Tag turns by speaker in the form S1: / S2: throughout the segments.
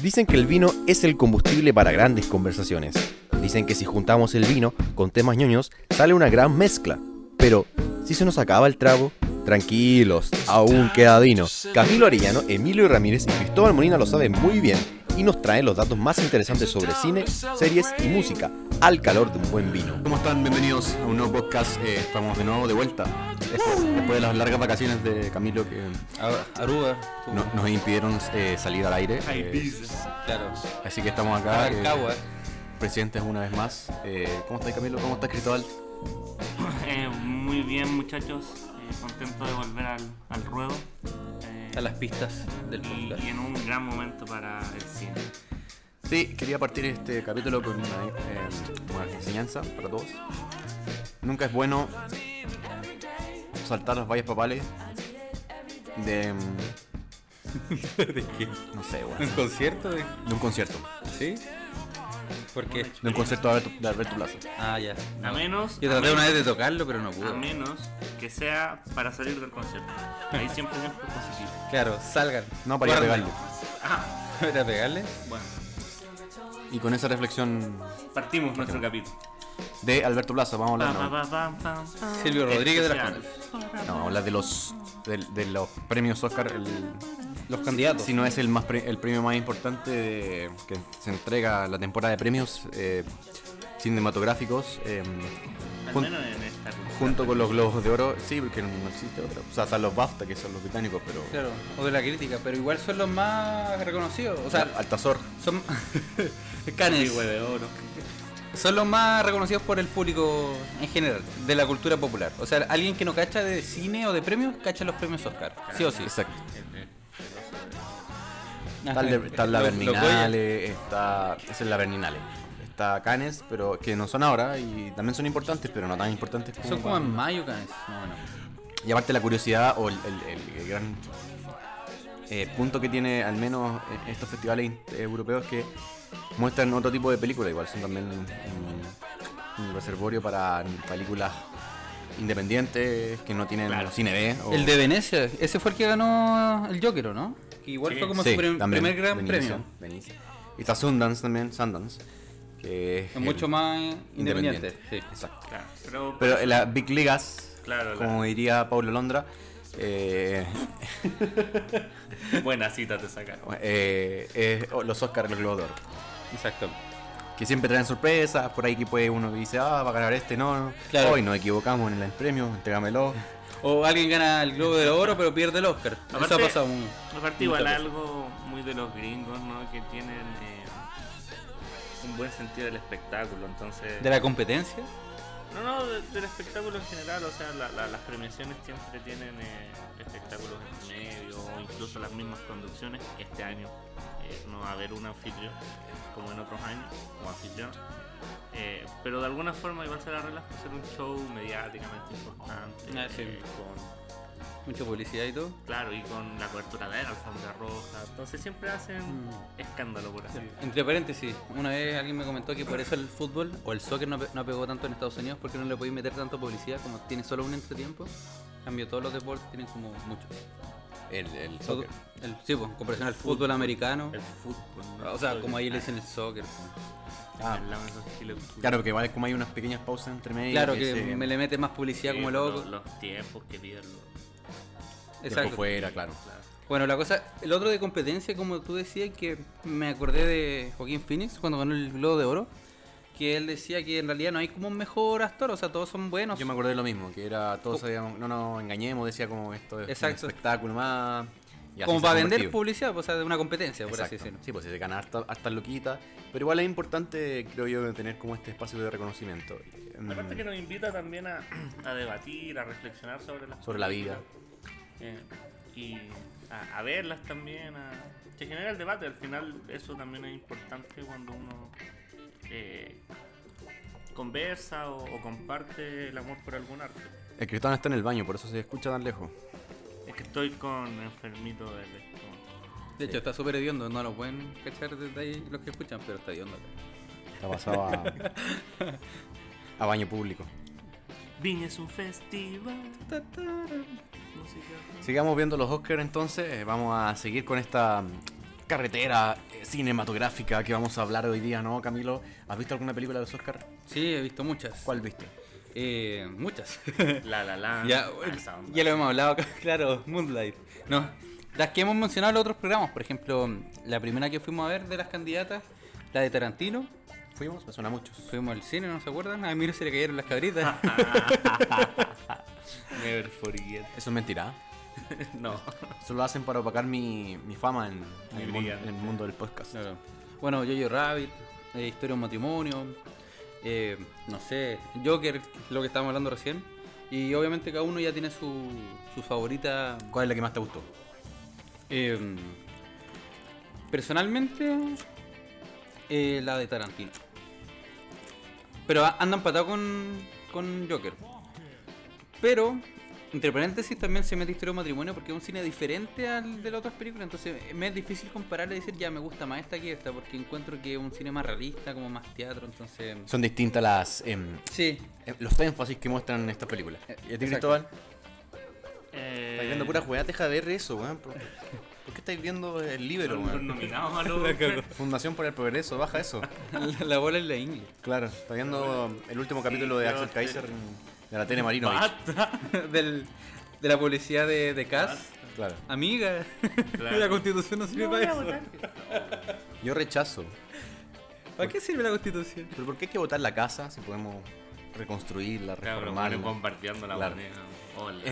S1: Dicen que el vino es el combustible para grandes conversaciones. Dicen que si juntamos el vino con temas ñoños, sale una gran mezcla. Pero, si se nos acaba el trago, tranquilos, aún queda vino. Camilo Arellano, Emilio Ramírez y Cristóbal Molina lo saben muy bien y nos traen los datos más interesantes sobre cine, series y música, al calor de un buen vino.
S2: ¿Cómo están? Bienvenidos a un nuevo podcast. Eh, estamos de nuevo de vuelta. Después, después de las largas vacaciones de Camilo que
S3: A- Aruba, tú,
S2: no- nos impidieron eh, salir al aire. Eh,
S3: claro.
S2: así que estamos acá. eh,
S3: Rancagua.
S2: presentes una vez más. Eh, ¿Cómo está Camilo? ¿Cómo está Cristóbal?
S4: Eh, muy bien, muchachos. Eh, contento de volver al, al ruedo. eh,
S3: A las pistas del
S4: y,
S3: podcast.
S4: y en un gran momento para el cine.
S2: Sí, quería partir este capítulo con una, eh, una enseñanza para todos. Nunca es bueno saltar las vallas papales de. mm,
S3: ¿De qué?
S2: No sé,
S3: ¿Un
S2: bueno,
S3: concierto? De...
S2: de un concierto.
S3: ¿Sí? ¿Por qué?
S2: De un concierto de Alberto, de Alberto Plaza.
S3: Ah, ya.
S4: A menos,
S3: Yo
S4: a,
S3: traté
S4: menos,
S3: una vez de tocarlo, pero no
S4: a
S3: pude.
S4: menos que sea para salir del concierto. Ahí siempre siempre es positivo. Ah,
S3: Claro, salgan.
S2: No, para ir a
S3: Guarden.
S2: pegarle.
S3: ¿Para pegarle?
S4: Bueno,
S2: Y con esa reflexión
S4: partimos nuestro capítulo.
S2: de Alberto Plaza, vamos a
S4: Pa,
S2: hablar,
S4: pa, pa, pam, pam, pam.
S3: Silvio Rodríguez de las
S4: Especial.
S3: Condes.
S2: ¿no? No, vamos a hablar de los, de, de los premios Oscar, el-
S3: Los candidatos.
S2: si no es el, más pre- el premio más importante de- que se entrega a la temporada de premios eh, cinematográficos. eh,
S4: Al
S2: jun-
S4: menos en esta cultura.
S2: junto con los Globos de Oro, sí, porque no existe otro. O sea, están los BAFTA, que son los británicos, pero...
S3: Claro, o de la crítica, pero igual son los más reconocidos. O sea,
S2: Altazor.
S3: son. Canes. Son los más reconocidos por el público en general, de la cultura popular. O sea, alguien que no cacha de cine o de premios, cacha los premios Oscar. Sí o sí.
S2: Exacto.
S3: Ajá.
S2: Está, el de- está el
S3: Lo- lo Goya.
S2: Berninale, está. Es el la Berninale. Está Canes, pero que no son ahora y también son importantes, pero no tan importantes como.
S3: Son como en mayo, Canes. No, bueno.
S2: Y aparte la curiosidad o el, el- el- el gran eh, punto que tiene al menos eh, estos festivales in- eh, europeos que muestran otro tipo de películas, igual son también un, un- un reservorio para películas independientes que no tienen
S4: Claro.
S2: cine B. o-
S3: El de Venecia, ese fue el que ganó el Joker, ¿o ¿no? Que igual
S4: Sí.
S3: fue como
S2: Sí,
S3: su prim-
S2: también,
S3: primer gran
S2: Benicio,
S3: premio.
S2: Benicio. Y está Sundance también, Sundance. Que
S3: Es
S2: el-
S3: mucho más eh, independiente. sí.
S2: Exacto.
S4: Claro, pero,
S2: Pero en las Big Ligas,
S4: Claro, la-
S2: como diría Pablo Londra, eh,
S3: eh,
S4: buena cita te sacaron.
S2: eh, eh, oh, los Oscars, los Globos de Oro,
S3: Exacto.
S2: Que siempre traen sorpresas, por ahí que puede uno que dice, ah, va a ganar este, no, no.
S3: Claro.
S2: Hoy nos equivocamos en el premio, entrégamelo.
S3: O alguien gana el Globo de Oro, pero pierde el Oscar. Eso ha
S4: Aparte-
S3: pasado muy.
S4: Aparte igual
S3: Muchas
S4: algo muy de los gringos, ¿no? Que tienen eh, un buen sentido del espectáculo, entonces...
S3: ¿De la competencia?
S4: No, no, de- del espectáculo en general, o sea, la- la- las premiaciones siempre tienen eh, espectáculos en medio, o incluso las mismas conducciones. Este año eh, no va a haber un anfitrión, como en otros años, o anfitrión. Eh, pero de alguna forma igual se la arreglas por ser un show mediáticamente importante,
S3: Ah, sí.
S4: eh, con
S3: Mucha publicidad y todo.
S4: Claro, y con la cobertura de la alfombra roja. Entonces siempre
S3: Mm.
S4: hacen escándalo, por así decirlo.
S3: Entre paréntesis, una vez alguien me comentó que por eso el fútbol o el soccer no, pe- no pegó tanto en Estados Unidos porque no le podéis meter tanto publicidad como tiene solo un entretiempo. En cambio, todos los deportes tienen como mucho.
S2: El, el
S3: Todo-
S2: soccer.
S3: el, sí, pues, en comparación al fútbol americano.
S4: El fútbol.
S3: O sea, como ahí le dicen el soccer. pues.
S2: Ah, Claro, que igual es como hay unas pequeñas pausas entre medio.
S3: Claro que
S2: se-
S3: me le mete más publicidad como loco.
S4: Los, tiempos que piden los.
S2: tiempo
S3: Exacto.
S2: fuera, claro.
S3: Bueno, la cosa, el otro de competencia, como tú decías, que me acordé de Joaquín Phoenix cuando ganó el Globo de Oro, que él decía que en realidad no hay como un mejor actor, o sea, todos son buenos.
S2: Yo me acordé de lo mismo, que era todos
S3: Co-
S2: sabíamos, no nos engañemos, decía como esto es
S3: Exacto.
S2: un espectáculo más. y así
S3: como
S2: se
S3: para
S2: ha
S3: vender
S2: convertido.
S3: publicidad, pues, o sea, de una competencia, por así
S2: Exacto.
S3: decirlo.
S2: Sí, pues si se gana hasta, hasta loquita. Pero igual es importante, creo yo, tener como este espacio de reconocimiento. Mm,
S4: Aparte que nos invita también a, a debatir, a reflexionar sobre las
S2: Sobre la vida.
S4: Eh, y a, a verlas también, a, se genera el debate, al final eso también es importante cuando uno eh, conversa o, o comparte el amor por algún arte.
S2: El Cristán está en el baño, por eso se escucha tan lejos.
S4: Es que estoy con enfermito del estómago.
S3: De hecho, está súper hediondo, no lo pueden cachar desde ahí los que escuchan, pero está hediondo. acá.
S2: Está pasado a, a baño público.
S4: Viña es un festival.
S3: Ta-ta-ra.
S4: música-
S2: Sigamos viendo los Oscars entonces. eh, Vamos a seguir con esta mm, carretera eh, cinematográfica que vamos a hablar hoy día, ¿no, Camilo? ¿Has visto alguna película de los Oscar?
S3: Sí, he visto muchas.
S2: ¿Cuál viste?
S3: Eh, muchas.
S4: La La Land.
S3: ya,
S4: ah, esa onda.
S3: ya lo hemos hablado, claro, Moonlight. No, las que hemos mencionado en los otros programas, por ejemplo, la primera que fuimos a ver de las candidatas, la de Tarantino,
S2: Fuimos, me suena a muchos.
S3: fuimos al cine, ¿no se acuerdan? A mí se le cayeron las
S2: Ah.
S3: cabritas.
S4: Never forget.
S2: Eso es mentira.
S4: No.
S2: Eso lo hacen para opacar mi, mi fama en, en
S4: Mi
S2: el, mun-
S4: brillante.
S2: en el mundo del podcast.
S3: Claro. Bueno, Jojo Rabbit, eh, Historia de un matrimonio, eh, no sé, Joker, lo que estábamos hablando recién. Y obviamente cada uno ya tiene su, su favorita.
S2: ¿Cuál es la que más te gustó?
S3: eh, personalmente, eh, la de Tarantino. Pero a- anda empatado con, con Joker. Pero, entre paréntesis, también se mete Historia de un matrimonio porque es un cine diferente al de las otras películas. Entonces, eh, me es difícil comparar y decir, ya me gusta más esta que esta, porque encuentro que es un cine más realista, como más teatro. Entonces,
S2: Son distintas las em,
S3: sí,
S2: em, los énfasis que muestran en estas películas. ¿Y a ti,
S3: Exacto.
S2: Cristóbal?
S4: Eh,
S2: Estás viendo pura jugada, deja de ver eso, weón. ¿Por, por qué estáis viendo el libro,
S4: Los
S2: weón?
S4: nominados a los
S2: Fundación por el Progreso, baja eso.
S3: la, la bola es la ingle.
S2: Claro, está viendo el último capítulo de
S4: pero
S2: Axel
S4: te-
S2: Kaiser de la Tele Marino.
S4: Basta.
S3: Del, de la publicidad de, de Cass.
S2: Claro.
S3: Amiga,
S4: Claro.
S3: la constitución no sirve para eso.
S2: Yo rechazo.
S3: ¿Para qué sirve la constitución?
S2: ¿Pero por qué hay que votar la casa si podemos reconstruirla,
S4: Claro,
S2: reformarla?
S4: compartiendo la
S2: Claro.
S4: moneda. Hola.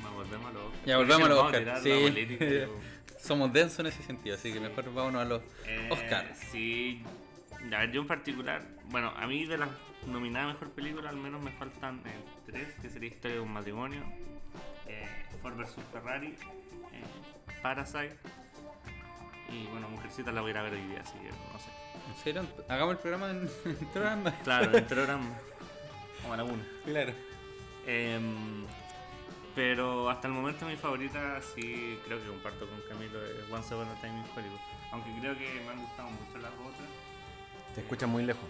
S4: Ma, volvemos a los Oscar.
S3: Eh, Ya, volvemos a los
S4: Vamos
S3: Oscar,
S4: tirar la
S3: sí.
S4: política, yo.
S3: Somos densos en ese sentido, así que mejor vámonos a los
S4: Eh,
S3: Oscars.
S4: Sí. A ver, yo en particular, bueno, a mí de las nominadas mejor película, al menos me faltan eh, tres, que sería Historia de un matrimonio, eh, Ford vs Ferrari, eh, Parasite y bueno, Mujercita la voy a ir a ver hoy día, así que no sé.
S3: ¿En serio? Hagamos el programa en, en tres ambas.
S4: Claro, dentro eran como a la una.
S3: Claro.
S4: Em, pero hasta el momento mi favorita, sí, creo que comparto con Camilo, es Once Upon a Time in Hollywood. Aunque creo que me han gustado mucho las otras.
S2: Te escuchan muy lejos.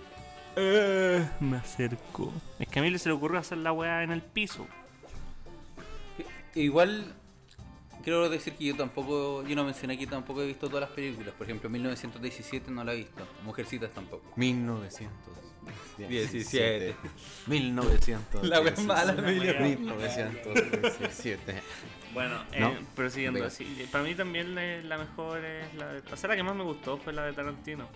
S4: Eh, me acercó. Es que a mí se le ocurrió hacer la weá en el piso.
S3: Igual, quiero decir que yo tampoco, yo no mencioné que tampoco he visto todas las películas. Por ejemplo, 1917 no la he visto. Mujercitas tampoco.
S2: 1917. 1900.
S3: La wea mala, Emilio.
S2: 1917.
S4: Bueno, eh,
S2: No,
S4: pero siguiendo
S2: venga.
S4: así, eh, para mí también la, la mejor es la de. O sea, la que más me gustó fue la de Tarantino.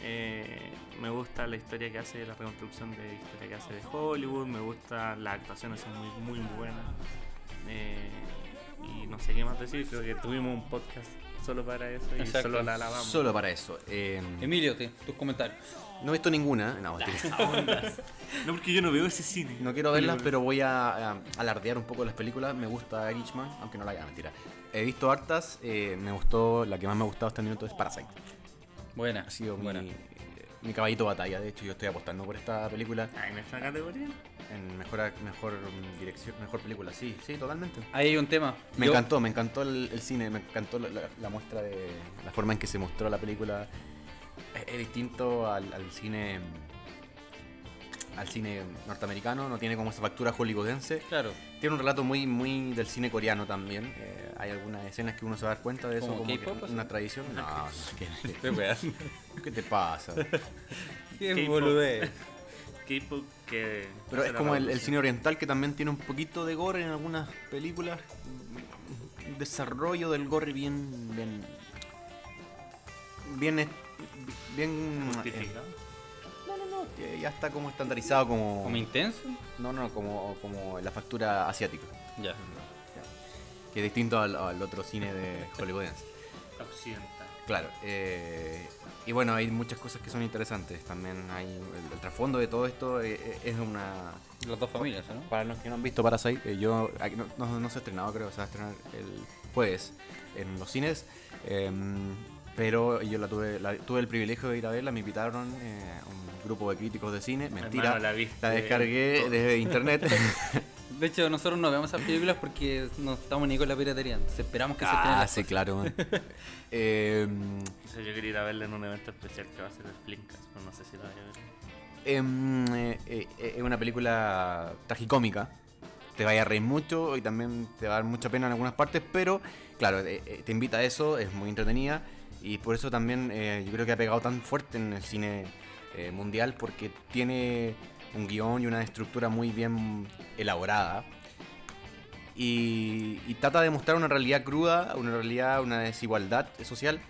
S4: Eh, me gusta la historia que hace, la reconstrucción de historia que hace de Hollywood, me gusta las actuaciones son muy, muy buenas. Eh, y no sé qué más decir, creo que tuvimos un podcast solo para eso y
S3: Exacto.
S4: solo la alabamos.
S2: Solo para eso. eh,
S3: Emilio, te- tus comentarios.
S2: no he visto ninguna. No, mentira.
S4: No, porque yo no veo ese cine.
S2: No quiero verlas, pero voy a, a alardear un poco las películas. Me gusta Irishman, aunque no la haga, mentira. He visto hartas. eh, me gustó, la que más me ha gustado hasta el minuto es Parasite.
S3: Buena.
S2: Ha sido
S3: buena.
S2: mi, eh, mi caballito de batalla. De hecho, yo estoy apostando por esta película
S4: Ah, en esta categoría.
S2: en mejor, ac- mejor mm, dirección, mejor película. Sí, sí, totalmente.
S3: Ahí hay un tema.
S2: Me
S3: Yo-
S2: encantó, me encantó el, el cine, me encantó la, la- la muestra de la forma en que se mostró la película. Es, es distinto al, al cine al cine norteamericano, no tiene como esa factura hollywoodense.
S3: Claro.
S2: Tiene un relato muy muy del cine coreano también. Eh, hay algunas escenas que uno se va a dar cuenta de eso
S3: ¿Como
S2: como que
S3: K-pop, Ah, así?
S2: una tradición. No, no, ¿qué,
S3: Qué wea.
S2: qué te pasa?
S3: Qué
S4: K-pop.
S3: boludez.
S4: K-pop que.
S2: Pero
S4: hace
S2: es
S4: la
S2: como el, el
S4: revolución.
S2: cine oriental que también tiene un poquito de gore en algunas películas. Un Desarrollo del gore bien. bien. bien. es- bien eh,
S4: Justificado.
S2: no, no, no, que ya está como estandarizado como.
S3: ¿Como intenso?
S2: no, no, como, como la factura asiática.
S3: Ya.
S2: Que es distinto al, al otro cine de hollywoodense.
S4: Occidental.
S2: Claro. eh, y bueno, hay muchas cosas que son interesantes. También hay. el, el trasfondo de todo esto eh, eh, es una.
S3: Las dos familias, ¿no?
S2: Para los que no han visto Parasite, eh, yo aquí no, no- no se ha estrenado, creo que se va a estrenar el jueves en los cines. em, pero yo la tuve, la- tuve el privilegio de ir a verla, me invitaron eh, un grupo de críticos de cine. Mentira,
S4: Hermano,
S2: la,
S4: la viste.
S2: descargué desde internet.
S3: De hecho, nosotros no vemos esas películas porque no estamos ni con la piratería. Entonces esperamos que
S2: ah,
S3: se
S2: sí, claro. Em,
S4: O sea, yo quería ir a verla en un evento especial que va a ser el Flinkas, pero no sé si la voy a ver.
S2: em, eh, eh, Es una película tragicómica. te vaya a reír mucho y también te va a dar mucha pena en algunas partes, pero claro, eh, eh, te invita a eso, es muy entretenida y por eso también eh, yo creo que ha pegado tan fuerte en el cine eh, mundial porque tiene un guión y una estructura muy bien elaborada y, y trata de mostrar una realidad cruda, una realidad, una desigualdad social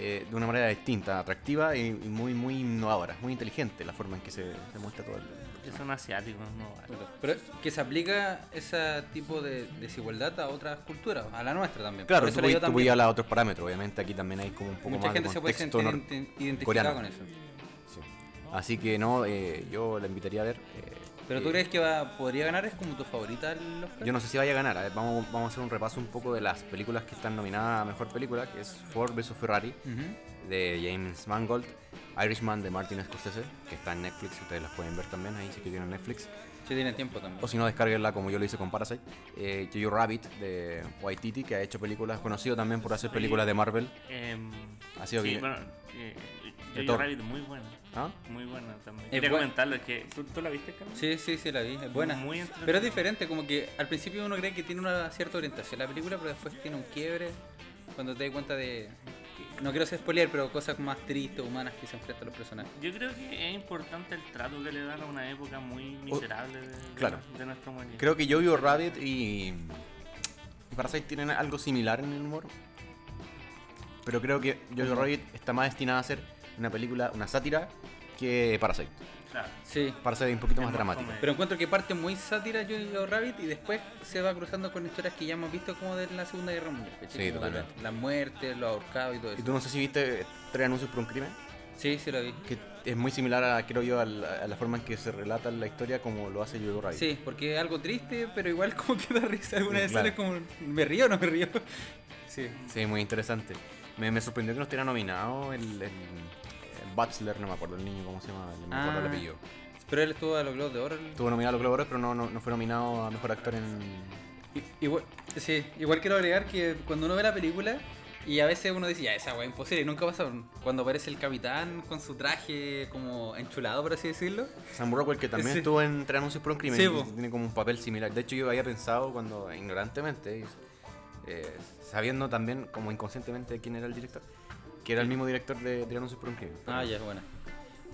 S2: eh, de una manera distinta, atractiva y, y muy, muy innovadora, muy inteligente la forma en que se, se muestra todo el...
S4: Es un asiático, no vale.
S3: Pero que se aplica ese tipo de desigualdad a otras culturas, a la nuestra también.
S2: Claro,
S3: Por
S2: tú
S3: eso le
S2: podías
S3: dio
S2: tú
S3: también.
S2: podías hablar de otros parámetros, obviamente aquí también hay como un poco
S3: Mucha
S2: más
S3: gente
S2: de
S3: se puede
S2: contexto
S3: sentir
S2: nor-
S3: ident- identificada
S2: coreano.
S3: con eso.
S2: Sí. Así que no, eh, yo la invitaría a ver. eh,
S3: Pero
S2: eh,
S3: tú crees que va, podría ganar, es como tu favorita el Oscar?
S2: Yo no sé si vaya a ganar. A ver, vamos, vamos a hacer un repaso un poco de las películas que están nominadas a mejor película, que es Ford vs Ferrari
S3: Ujú.
S2: de James Mangold, Irishman de Martin Scorsese, que está en Netflix, ustedes las pueden ver también, ahí sí que tienen Netflix.
S3: Sí, tiene tiempo también.
S2: O si no, descarguenla como yo lo hice con Parasite. Eh, Jojo Rabbit de Waititi, que ha hecho películas, conocido también por hacer películas de Marvel.
S4: Em,
S2: Ha sido
S4: sí,
S2: bien.
S4: bueno, eh,
S2: De
S4: Jojo
S2: Thor.
S4: Rabbit muy buena.
S2: ¿Ah?
S4: Muy buena también.
S3: Es
S4: Quería
S3: buen-
S4: comentarlo, es que ¿tú, tú la viste, Carmen?
S3: Sí, sí, sí, la vi, es buena.
S4: Muy entretenida.
S3: pero es diferente, como que al principio uno cree que tiene una cierta orientación la película, pero después tiene un quiebre cuando te das cuenta de. No quiero ser spoiler, pero cosas más tristes, humanas que se enfrentan los personajes.
S4: Yo creo que es importante el trato que le dan a una época muy miserable de, de-
S2: claro.
S4: de nuestra humanidad.
S2: Creo que Jojo Rabbit y, y Parasite tienen algo similar en el humor. Pero creo que Jojo Rabbit está más destinada a ser una película, una sátira, que Parasite.
S4: Claro.
S3: Sí.
S2: Parasite es un poquito
S4: Es
S2: más
S4: más
S2: dramático.
S4: comedia.
S3: Pero encuentro que parte muy sátira Jojo Rabbit y después se va cruzando con historias que ya hemos visto como de la Segunda Guerra Mundial. ¿cachai?
S2: Sí,
S3: Como
S2: totalmente.
S3: La, la muerte, los ahorcados y todo
S2: Y
S3: eso.
S2: tú no sé si viste eh, tres anuncios por un crimen,
S3: Sí, sí la vi.
S2: que es muy similar, a, creo yo, a la, a la forma en que se relata la historia como lo hace Jojo Rabbit.
S3: Sí, porque es algo triste, pero igual como que da risa algunas
S2: Mm, claro.
S3: escenas como me río o no me río. Sí.
S2: Sí, muy interesante. Me, me sorprendió que no estuviera nominado el, el, el Bachelor, no me acuerdo el niño, ¿cómo se llama? No me acuerdo el
S3: Ah.
S2: apellido.
S3: Pero él estuvo a los Globos de Oro. el-
S2: Estuvo nominado a los Globos, de Oro, pero no, no, no fue nominado a Mejor Actor en,
S3: I- Igual, sí, igual quiero agregar que cuando uno ve la película y a veces uno dice, ya, esa weá es imposible, y nunca pasa. Cuando aparece el capitán con su traje como enchulado, por así decirlo.
S2: Sam Rockwell, que también
S3: Sí.
S2: estuvo en Tres Anuncios por un Crimen,
S3: Sí,
S2: y
S3: po.
S2: tiene como un papel similar. De hecho, yo había pensado cuando, ignorantemente, eh, sabiendo también, como inconscientemente, quién era el director, que era el mismo director de Tres Anuncios por un Crimen.
S3: Ah, ya, bueno.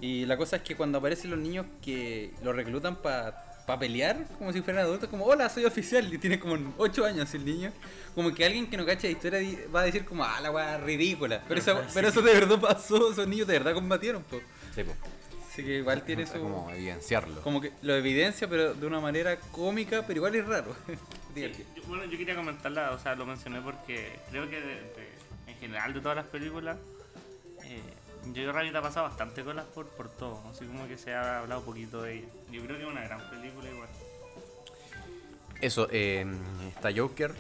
S3: Y la cosa es que cuando aparecen los niños que los reclutan para pelear, como si fueran adultos, como, hola, soy oficial, y tiene como 8 años el niño, como que alguien que no cacha de historia di- va a decir como, ah, la weá ridícula. Pero, esa- pero eso de verdad pasó, esos niños de verdad combatieron, po.
S2: Sí, po.
S3: Así que igual tiene su...
S2: como evidenciarlo.
S3: Como que lo evidencia, pero de una manera cómica, pero igual es raro. Divertido.
S4: Yo- bueno, yo quería comentarla, o sea, lo mencioné porque creo que de- de- en general de todas las películas, eh, Jojo Rabbit ha pasado bastante colas por, por todo, así como que se ha hablado poquito de ella. Yo creo que es una gran película igual.
S2: Eso, eh, está Joker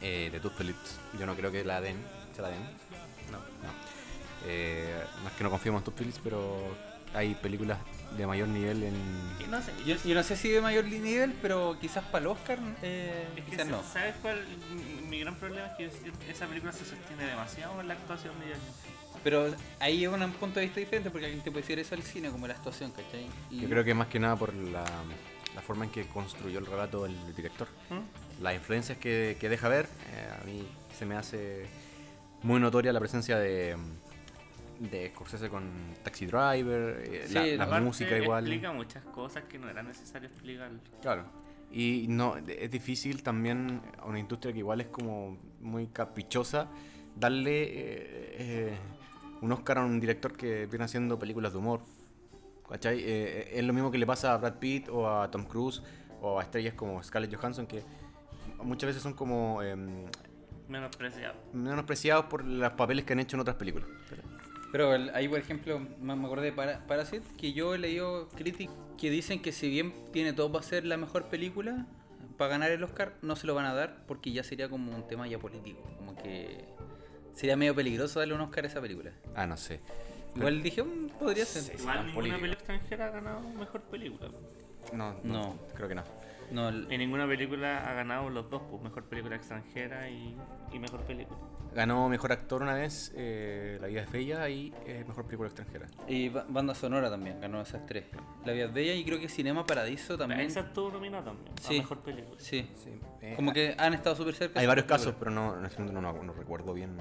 S2: eh, de Tus Phillips. Yo no creo que la den. ¿Se la den? No. Eh, no es que no confiemos en Tus Phillips, pero hay películas de mayor nivel en,
S4: Que no sé,
S3: Yo, yo no sé si de mayor nivel, pero quizás para el Oscar, eh,
S4: es que
S3: quizás
S4: sa-
S3: no.
S4: ¿Sabes cuál? Mi- Mi gran problema es que es- esa película se sostiene demasiado en la actuación de ella.
S3: Pero ahí es un punto de vista diferente porque alguien te puede decir eso al cine, como la actuación, ¿cachai? Y-
S2: Yo creo que más que nada por la, la forma en que construyó el relato el director. Las influencias que, que deja ver, eh, a mí se me hace muy notoria la presencia de, de Scorsese con Taxi Driver, eh,
S3: Sí,
S2: la- la,
S4: Aparte,
S2: música igual.
S4: explica muchas cosas que no era necesario explicar.
S2: Claro. Y no, es difícil también a una industria que igual es como muy caprichosa darle eh, eh, un Oscar a un director que viene haciendo películas de humor. ¿Cachai? Eh, es lo mismo que le pasa a Brad Pitt o a Tom Cruise o a estrellas como Scarlett Johansson que muchas veces son como eh,
S4: Menospreciado.
S2: menospreciados por los papeles que han hecho en otras películas.
S3: Pero el- ahí, por ejemplo, más me acuerdo de Para- Parasite, que yo he leído críticas que dicen que si bien tiene todo para ser la mejor película, para ganar el Oscar no se lo van a dar porque ya sería como un tema ya político, como que sería medio peligroso darle un Oscar a esa película.
S2: Ah, no sé.
S3: Igual dije, "Mm, podría ser.
S2: Sí, sí.
S4: Igual
S2: gran
S4: ninguna
S2: política.
S4: película extranjera ha ganado mejor película.
S2: No,
S3: No.
S2: creo que no.
S3: No, el-
S4: En ninguna película ha ganado los dos, pues mejor película extranjera y, y mejor película.
S2: Ganó mejor actor una vez, eh, La vida es bella y eh, mejor película extranjera.
S3: y ba- banda sonora también, ganó esas tres. La Vía es Bella y creo que Cinema Paradiso también.
S4: Esa estuvo nominada también,
S3: Sí.
S4: a mejor película.
S3: Sí.
S2: Eh,
S3: Como que han estado súper cerca.
S2: Hay varios
S3: pero-
S2: casos, pero no, en este momento no, no- no recuerdo bien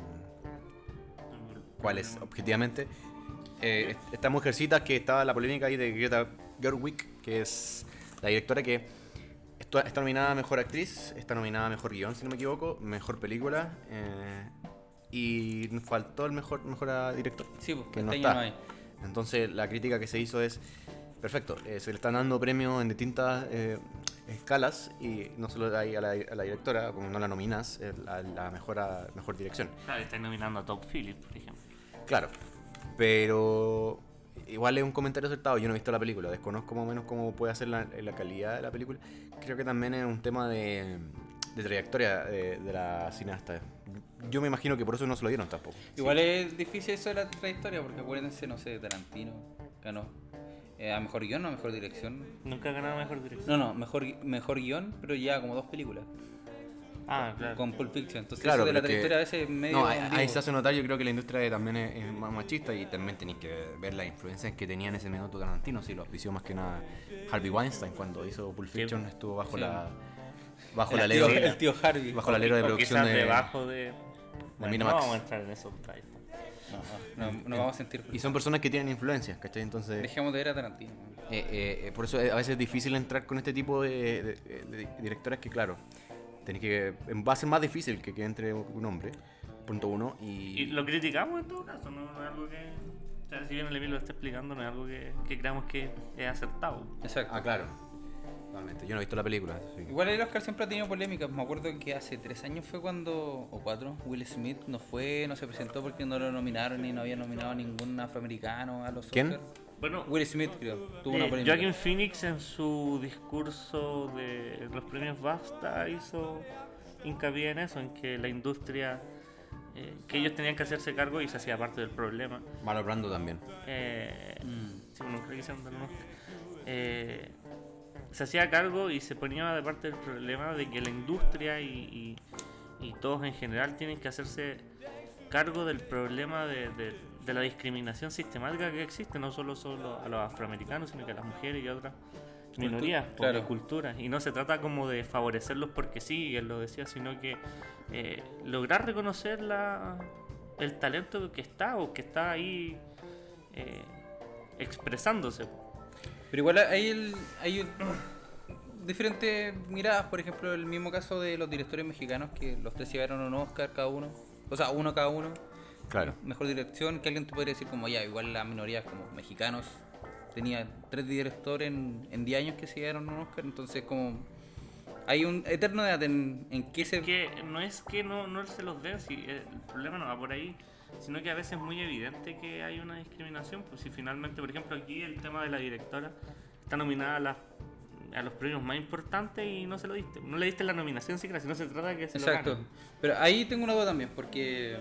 S2: cuáles,
S4: No,
S2: objetivamente. Eh, est- esta mujercita que estaba en la polémica ahí de Greta Gerwig, que es la directora que estu- está nominada a Mejor Actriz, está nominada a Mejor Guión, si no me equivoco, Mejor Película, eh, y faltó el Mejor, mejor ah, Director.
S3: Sí, pues,
S2: que no
S3: Castaña
S2: está.
S3: no hay.
S2: Entonces la crítica que se hizo es, perfecto, eh, se le están dando premios en distintas eh, escalas y no solo ahí a la, a la directora, como no la nominas, eh, a la mejor, a- mejor dirección.
S4: Claro, están nominando a Top Phillips, por ejemplo.
S2: Claro, pero igual es un comentario acertado, yo no he visto la película, desconozco más o menos cómo puede ser la, la calidad de la película. Creo que también es un tema de, de trayectoria de, de la cineasta. Yo me imagino que por eso no se lo dieron tampoco.
S3: Igual es difícil eso de la trayectoria, porque acuérdense, no sé, Tarantino ganó. eh, a mejor guión, no, a mejor dirección.
S4: Nunca ha ganado mejor dirección.
S3: No, no, mejor, gui- mejor guión, pero ya como dos películas.
S4: Ah, claro.
S3: Con Pulp Fiction. Entonces,
S2: Claro,
S3: eso de la
S2: pero que-
S3: trayectoria a veces es medio.
S2: No, ahí, ahí
S3: ambiguo.
S2: se hace notar, yo creo que la industria también es, es más machista y también tenéis que ver las influencias que tenía en ese minuto Tarantino, si lo auspició más que nada Harvey Weinstein cuando hizo Pulp Fiction, estuvo bajo
S3: Sí.
S2: la bajo
S3: el,
S2: la
S3: tío,
S2: ley
S3: el tío Harvey.
S2: bajo la ley de
S4: O
S2: producción
S4: quizás
S2: de
S4: debajo de... Bueno, no
S2: Miramax.
S4: vamos a entrar en esos detalles.
S3: No, no, no vamos a sentir.
S2: y son personas que tienen influencias, ¿cachai? Entonces
S3: Dejemos de ver a Tarantino. man.
S2: eh, eh, eh, por eso eh, a veces es difícil entrar con este tipo de, de- de directores que claro tenéis que va a ser más difícil que, que entre un hombre punto uno
S4: Y lo criticamos en todo caso, no es algo que... O sea, si bien el Emilio lo está explicando, no es algo que, que creamos que es acertado.
S3: Exacto.
S2: Ah, claro. Totalmente. Yo no he visto la película. así que-
S3: Igual el Oscar siempre ha tenido polémicas. Me acuerdo que hace tres años fue cuando, o cuatro, Will Smith no fue, no se presentó porque no lo nominaron y no había nominado a ningún afroamericano a los
S2: ¿Quién?
S3: Oscar.
S4: Bueno,
S3: Will Smith, creo. Tuvo
S4: Eh,
S3: una polémica.
S4: Joaquin Phoenix en su discurso de los premios BAFTA hizo hincapié en eso, en que la industria, eh, que ellos tenían que hacerse cargo y se hacía parte del problema.
S2: Marlon Brando también.
S4: Eh,
S3: Mm.
S4: sí, bueno, creo que se llama, ¿no? Eh, se hacía cargo y se ponía de parte del problema de que la industria y, y- y todos en general tienen que hacerse cargo del problema de, de- de la discriminación sistemática que existe, no solo, solo a los afroamericanos, sino que a las mujeres y a otras minorías o
S3: claro.
S4: culturas. Y no se trata como de favorecerlos porque sí, él lo decía, sino que eh, lograr reconocer la, el talento que está o que está ahí eh, expresándose.
S3: Pero igual hay, el- hay el- diferentes miradas, por ejemplo, el mismo caso de los directores mexicanos, que los tres llevaron un Oscar cada uno, o sea, uno cada uno,
S2: Claro.
S3: mejor dirección, que alguien te podría decir como, ya, igual la minoría como mexicanos, tenía tres directores en, en 10 años que se llevaron un Oscar, entonces como hay un eterno debate en, en qué se...
S4: Que no es que no, no se los den, si eh, el problema no va por ahí, sino que a veces es muy evidente que hay una discriminación. Pues si finalmente, por ejemplo, aquí el tema de la directora está nominada a, las- a los premios más importantes y no se lo diste. No le diste la nominación siquiera, si no se trata de que se lo
S3: Exacto.
S4: ganen.
S3: Pero ahí tengo una duda también, porque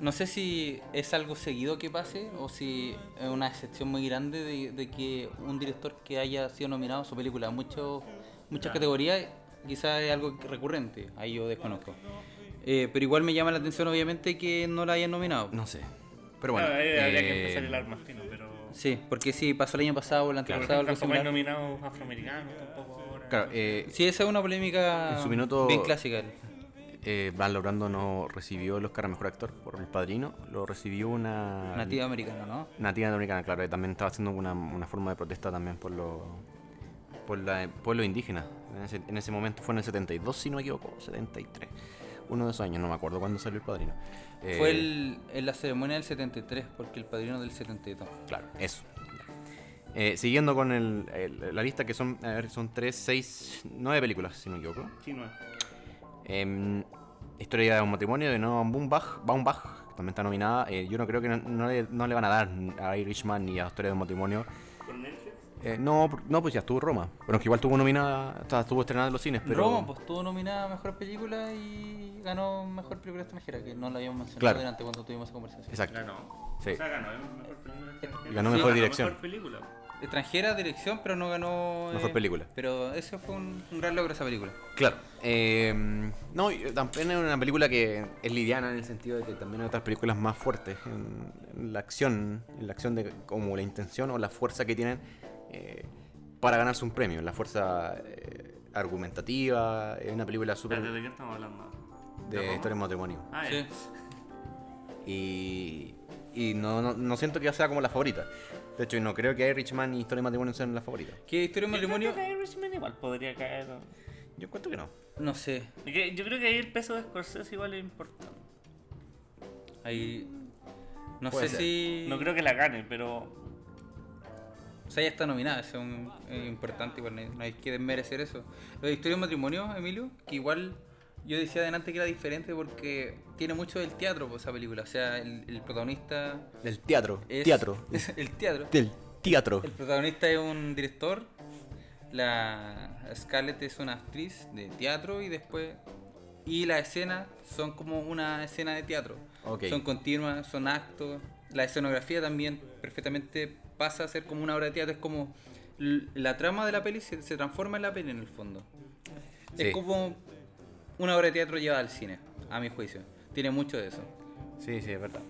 S3: mm, no sé si es algo seguido que pase o si es una excepción muy grande de, de que un director que haya sido nominado a su película a muchos- muchas categorías, quizás es algo que- recurrente. Ahí yo desconozco. Eh, pero igual me llama la atención, obviamente, que no la hayan nominado.
S2: No sé. Pero bueno.
S4: Claro, ahí habría
S2: eh,
S4: que empezar el arma fino, pero...
S3: Sí, porque sí, pasó el año pasado o el
S4: Claro,
S3: antepasado, algo
S4: tampoco hay
S3: similar.
S4: nominados afroamericanos, tampoco ahora.
S2: Claro, eh,
S3: Sí, esa es una polémica
S2: En su minuto-
S3: bien clásica.
S2: eh, Marlon Brando no recibió el Oscar a Mejor Actor por El Padrino, lo recibió una...
S3: Nativa americana, ¿no?
S2: Nativa americana, claro, que también estaba haciendo una, una forma de protesta también por los por la, pueblos indígenas. En ese, en ese momento fue en el 72, si no me equivoco, 73. Uno de esos años, no me acuerdo cuándo salió El Padrino. Eh,
S3: Fue el, en la ceremonia del 73, porque el padrino del 72.
S2: Claro, eso. Eh, siguiendo con el- el- la lista, que son, a ver, son 3, 6, 9 películas, si no me equivoco.
S4: Sí, no es.
S2: Em, Historia de un matrimonio de Noam Baumbach, Baumbach que también está nominada. Eh, yo no creo que no, no le, no le van a dar a Irishman ni a Historia de un matrimonio. Eh, no, por- no, pues ya estuvo Roma. Bueno, que igual estuvo nominada, o sea, estuvo estrenada en los cines, pero...
S3: Roma, pues estuvo nominada a mejor película y ganó mejor película extranjera, que no la habíamos mencionado
S2: Claro.
S3: durante cuando tuvimos esa conversación.
S2: Exacto.
S4: Ganó.
S2: Sí.
S4: O sea, ganó. es mejor película.
S2: Ganó mejor dirección.
S4: Mejor película.
S3: extranjera, dirección, pero no ganó. eh,
S2: Mejor película.
S3: Pero eso fue un, un gran logro esa película.
S2: Claro. eh, no, y también es una película que es liviana en el sentido de que también hay otras películas más fuertes en, en la acción, en la acción de como la intención o la fuerza que tienen eh, para ganarse un premio, la fuerza eh, argumentativa, es una película súper
S4: Espérate, ¿de qué estamos hablando? ¿De
S2: de
S4: Roma?
S2: historia de matrimonio.
S4: Ah, ya.
S3: Sí.
S2: Y, y no, no, no siento que sea como la favorita. De hecho, no creo que Richman y Historia de Matrimonio sean la favorita.
S3: Que Historia de un
S4: Yo creo
S3: Matrimonio,
S4: que Irishman igual podría caer. ¿no?
S2: Yo cuento que no.
S3: no sé.
S4: Y que Yo creo que ahí el peso de Scorsese igual es importante.
S3: Ahí. No
S2: Puede
S3: sé
S2: ser.
S3: si.
S4: No creo que la gane, pero
S3: O sea, ya está nominada, eso es, un- es importante, igual no no hay que desmerecer eso. Lo de Historia de un Matrimonio, Emilio, que igual yo decía adelante que era diferente porque tiene mucho del teatro pues, esa película. O sea, el, el protagonista
S2: Del teatro.
S3: es.
S2: Teatro.
S3: es el teatro.
S2: Del teatro.
S3: El protagonista es un director. La Scarlett es una actriz de teatro y después. Y las escenas son como una escena de teatro.
S2: Ok.
S3: Son continuas, son actos. La escenografía también perfectamente pasa a ser como una obra de teatro. Es como. l- La trama de la peli se, se transforma en la peli en el fondo.
S2: Sí.
S3: Es como una obra de teatro llevada al cine, a mi juicio. Tiene mucho de eso.
S2: Sí, sí, es verdad.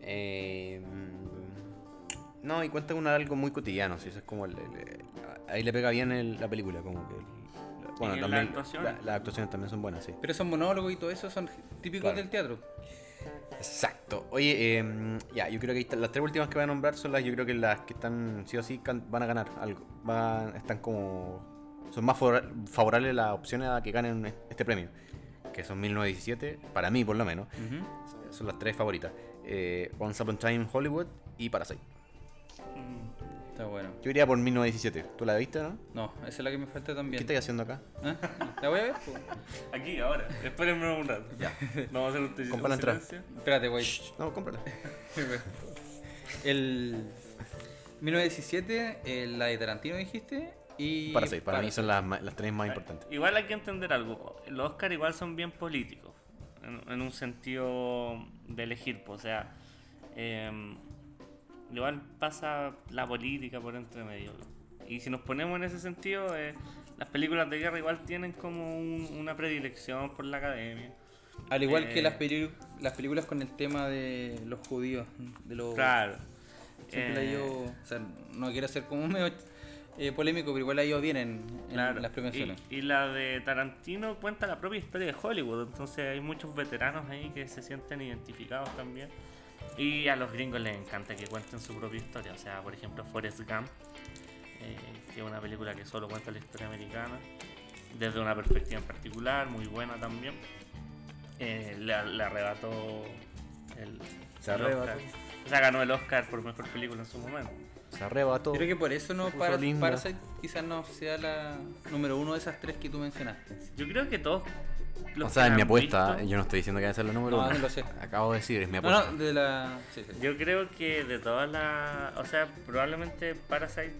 S2: Eh, mm, no, y cuenta con algo muy cotidiano, sí, eso es como el- el- el- ahí le pega bien el- la película, como que... el- la- bueno,
S4: Y las
S2: también,
S4: actuaciones.
S2: la- las actuaciones también son buenas, sí.
S3: Pero esos monólogos y todo eso son típicos
S2: Claro.
S3: del teatro.
S2: Exacto. Oye, eh, mm, ya, yo creo que ahí están- las tres últimas que voy a nombrar son las, yo creo que las que están, sí o sí, can- van a ganar algo. Van, están como... Son más favora- favorables las opciones a que ganen este premio. Que son 1917, para mí por lo menos.
S3: Ujú.
S2: Son las tres favoritas. Eh, Once Upon a Time in Hollywood y Parasite.
S4: mm,
S3: Está bueno.
S2: Yo iría por 1917. ¿Tú la viste, no?
S3: No, esa es la que me falta
S2: ¿Qué
S3: también.
S2: estáis haciendo acá?
S3: ¿Ah? ¿La voy a ver? po?
S4: aquí, ahora. Espérenme un rato. Ya. Vamos a hacer un tecito
S2: Compra la entrada.
S3: Espérate, güey.
S2: No, cómprala.
S3: El 1917, el- eh, la de Tarantino dijiste, y...
S2: Para seis, para mí
S3: Parasite.
S2: son las, ma- las tres más importantes.
S4: Igual hay que entender algo. Los Oscar igual son bien políticos. En, en un sentido de elegir, pues, o sea. eh, igual pasa la política por entre medio. Y si nos ponemos en ese sentido, eh, las películas de guerra igual tienen como un- una predilección por la academia.
S3: Al igual que
S4: Eh.
S3: las, peli- las películas con el tema de los judíos, de los...
S4: Claro.
S3: Siempre la
S4: Eh,
S3: llevo- O sea, no quiero ser como medio eh, polémico, pero igual la llevo bien en, en
S4: Claro.
S3: las premiaciones.
S4: Y, y la de Tarantino cuenta la propia historia de Hollywood, entonces hay muchos veteranos ahí que se sienten identificados también. Y a los gringos les encanta que cuenten su propia historia, o sea, por ejemplo, Forrest Gump, eh, que es una película que solo cuenta la historia americana, desde una perspectiva en particular, muy buena también. Eh, le, le arrebató el,
S2: Se
S4: el
S2: arrebató.
S4: Oscar. O sea, ganó el Oscar por mejor película en su momento.
S2: Se arreba todo.
S3: Creo que por eso no
S2: Puso
S3: para,
S2: linda.
S3: Parasite quizás no sea la número uno de esas tres que tú mencionaste.
S4: Yo creo que todos...
S2: O
S4: los
S2: sea,
S4: que
S2: es
S4: la
S2: mi
S4: han
S2: apuesta.
S4: visto-
S2: Yo no estoy diciendo que va a ser la número
S3: No,
S2: uno.
S3: no lo sé.
S2: Acabo de decir, es mi
S3: No,
S2: apuesta.
S3: no, de la... sí, sí.
S4: Yo creo que de todas las. O sea, probablemente Parasite.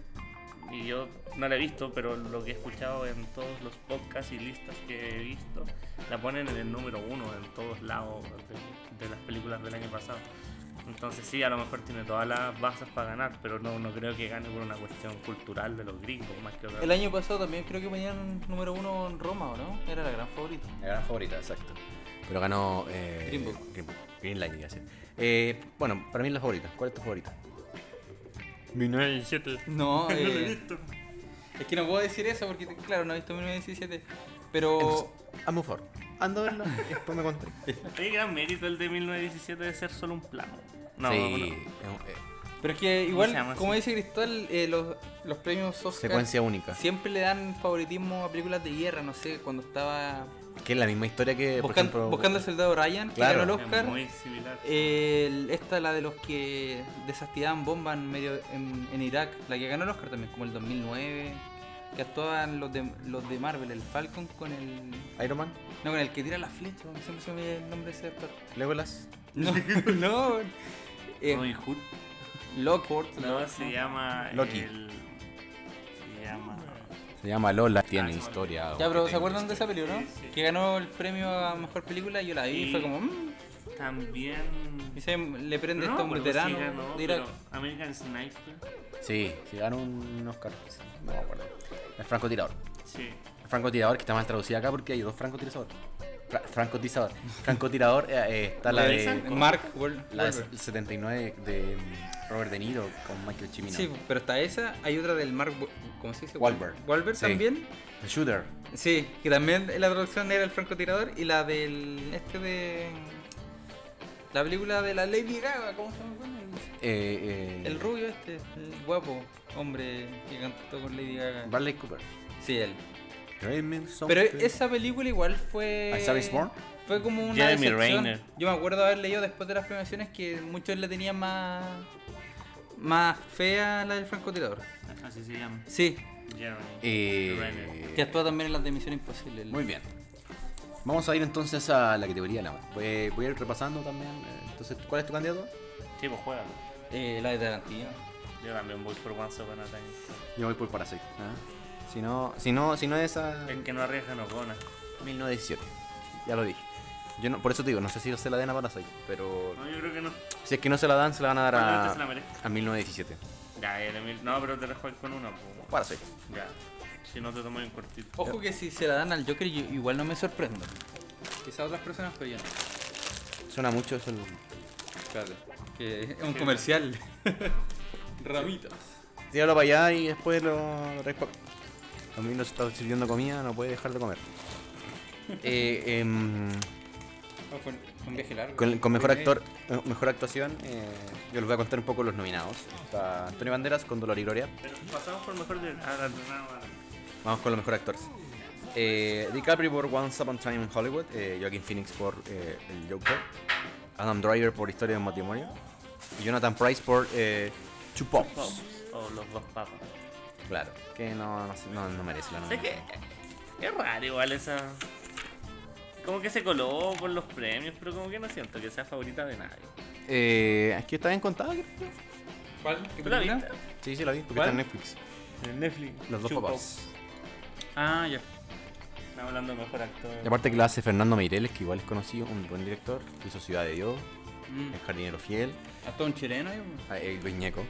S4: Y yo no la he visto, pero lo que he escuchado en todos los podcasts y listas que he visto, la ponen en el número uno en todos lados de, de las películas del año pasado. Entonces, sí, a lo mejor tiene todas las bases para ganar, pero no, no creo que gane por una cuestión cultural de los gringos, más que otra
S3: El año pasado también creo que ponían número uno en Roma, ¿o no? Era la gran favorita.
S2: La gran favorita, exacto. Pero ganó. Eh,
S3: Green Book.
S2: Green Book. Green Light, iba a decir. Eh, bueno, para mí es la favorita. ¿Cuál es tu favorita?
S4: 1917.
S3: No, eh, es que no puedo decir eso porque, claro, no he visto 1917. Pero
S2: Amo favor. Ando a verla. y Después me conté.
S4: Oye, gran mérito el de 1917 de ser solo un plano. No,
S2: sí.
S4: no,
S2: es un- eh,
S3: pero es que
S4: se llama
S3: igual,
S4: así?
S3: como dice Cristóbal, eh, los, los premios Oscar
S2: secuencia única.
S3: siempre le dan favoritismo a películas de guerra. No sé, cuando estaba
S2: Que es la misma historia que. Eh, por
S3: buscan-
S2: ejemplo,
S3: buscando al soldado Ryan,
S2: Claro.
S3: que ganó
S4: no.
S3: el Oscar. Eh,
S4: Es muy similar.
S3: El- esta la de los que desastiaban bombas en, medio, en, en Irak, la que ganó el Oscar también, como el 2009, que actuaban los de, los de Marvel, el Falcon con el...
S2: Iron Man,
S3: No, con el que tira la flecha, como siempre se me olvida el nombre de ese actor.
S2: Legolas.
S3: No, no. eh,
S4: Robin Hood.
S3: Lockhart,
S4: No, se llama.
S2: Loki.
S4: el- se llama.
S2: Se llama Lola. Tiene
S4: Ah, sí,
S2: historia.
S3: Ya, pero
S2: aunque
S3: ¿se acuerdan de
S2: tenga
S3: esa película, no?
S4: Sí, sí.
S3: Que ganó el premio a mejor película, yo la vi y
S4: Sí.
S3: fue como... mm,
S4: También.
S3: y se le este prende
S4: Pero
S3: esto a
S4: no,
S3: un
S4: pero pues
S3: veterano
S4: sí ganó,
S3: de Irak.
S4: pero American Sniper.
S2: Sí, sí, ganó un Oscar. sí, No me acuerdo. El francotirador.
S4: Sí.
S2: El francotirador que está mal traducida acá porque hay dos francotiradores. Fra- francotirador. Francotirador eh, eh, está la de.
S4: ¿Revisan?
S3: Mark Wahl-
S2: La de
S3: Wahlberg.
S2: 79 de mm, Robert De Niro con Michael Cimino.
S3: Sí, pero está esa, hay otra del Mark, Wa- ¿cómo se dice?
S2: Wahlberg.
S3: Wahlberg
S2: Sí.
S3: también.
S2: The Shooter.
S3: Sí, que también la traducción era el francotirador y la del este de la película de la Lady Gaga, ¿cómo se llama? bueno?
S2: Eh, eh,
S3: El, el rubio este, el guapo hombre que cantó con Lady Gaga.
S2: Bradley Cooper.
S3: Sí, él.
S2: Dreaming
S3: Pero
S2: something.
S3: esa película igual fue.
S2: ¿A Star is Born?
S3: Fue como una.
S4: Jeremy
S3: decepción.
S4: Renner.
S3: Yo me acuerdo haber leído después de las premiaciones que muchos le tenían más. más fea la del francotirador.
S4: Así se llama.
S3: Sí,
S4: Jeremy.
S2: Eh,
S4: Renner.
S3: que actúa también en las de Misión Imposible. el-
S2: Muy bien. Vamos a ir entonces a la categoría Lama. Voy, voy a ir repasando también. eh, Entonces, ¿cuál es tu candidato?
S4: Sí, pues juégalo.
S3: Eh, la de Tarantino.
S4: Yo también voy por Once Upon a Time.
S2: Yo voy por Parasite. ¿ah? Si no, si no, si no es a
S4: El que no arriesga no gana.
S2: 1917. Ya lo dije. Yo no, por eso te digo, no sé si se la den a Parasite, pero
S4: No, yo creo que no. este
S2: si es que no se la dan, se la van a dar a,
S4: Probablemente se la merezca.
S2: a 1917.
S4: Ya, el Emil. No, pero te dejo ir con una, pues.
S2: Parasite.
S4: Ya. Si no te tomo un cortito.
S3: Ojo que si se la dan al Joker, yo igual no me sorprendo. Quizás otras personas, pero yo no.
S2: Suena mucho eso. el-
S3: Claro. Que es un comercial. Rabitas.
S2: Tíralo para allá y después lo recu- También nos está sirviendo comida, no puede dejar de comer. Eh, em,
S3: Fue un viaje largo.
S2: con, con mejor actor, eh, mejor actuación, eh, yo les voy a contar un poco los nominados. Está Antonio Banderas con Dolor y Gloria.
S4: Pero pasamos por mejor de. Ah, la- la- la-
S2: Vamos con los mejores actores. Eh, DiCaprio por Once Upon a Time in Hollywood, eh, Joaquin Phoenix por eh, El Joker, Adam Driver por Historia de un matrimonio y Jonathan Price por eh, Two Pops.
S4: O los dos papas.
S2: Claro, que no, no, sé, no- no merece la
S4: ¿Sabes
S2: nominación.
S4: qué? Es raro igual esa. Como que se coló por los premios, pero como que no siento que sea favorita de nadie.
S2: Eh, es que está bien contado, creo.
S3: ¿Cuál? ¿Qué
S4: ¿Tú la
S3: película?
S4: viste?
S2: Sí, sí, la vi, porque
S4: ¿Cuál?
S2: está en Netflix.
S4: En Netflix.
S2: Los dos papás.
S3: Ah, ya.
S4: Estamos hablando de mejor actor.
S2: Y aparte que la hace Fernando Meireles, que igual es conocido, un buen director, que hizo Ciudad de Dios,
S3: Mm.
S2: El Jardinero Fiel,
S3: Hasta un chileno. ahí, pues.
S2: ah, El Viñeco.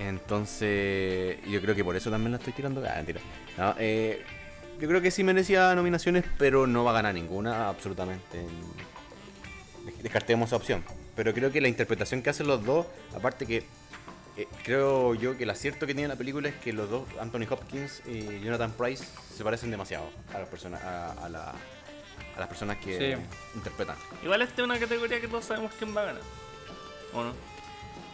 S2: Entonces, yo creo que por eso también la estoy tirando. Ah, mentira. No, eh, yo creo que sí merecía nominaciones, pero no va a ganar ninguna, absolutamente. Dej- Descartemos esa opción. Pero creo que la interpretación que hacen los dos, aparte que eh, creo yo que el acierto que tiene la película es que los dos, Anthony Hopkins y Jonathan Price, se parecen demasiado a las personas, a, a la- a las personas que
S3: Sí.
S2: interpretan.
S4: Igual esta es una categoría que todos sabemos quién va a ganar. ¿O no?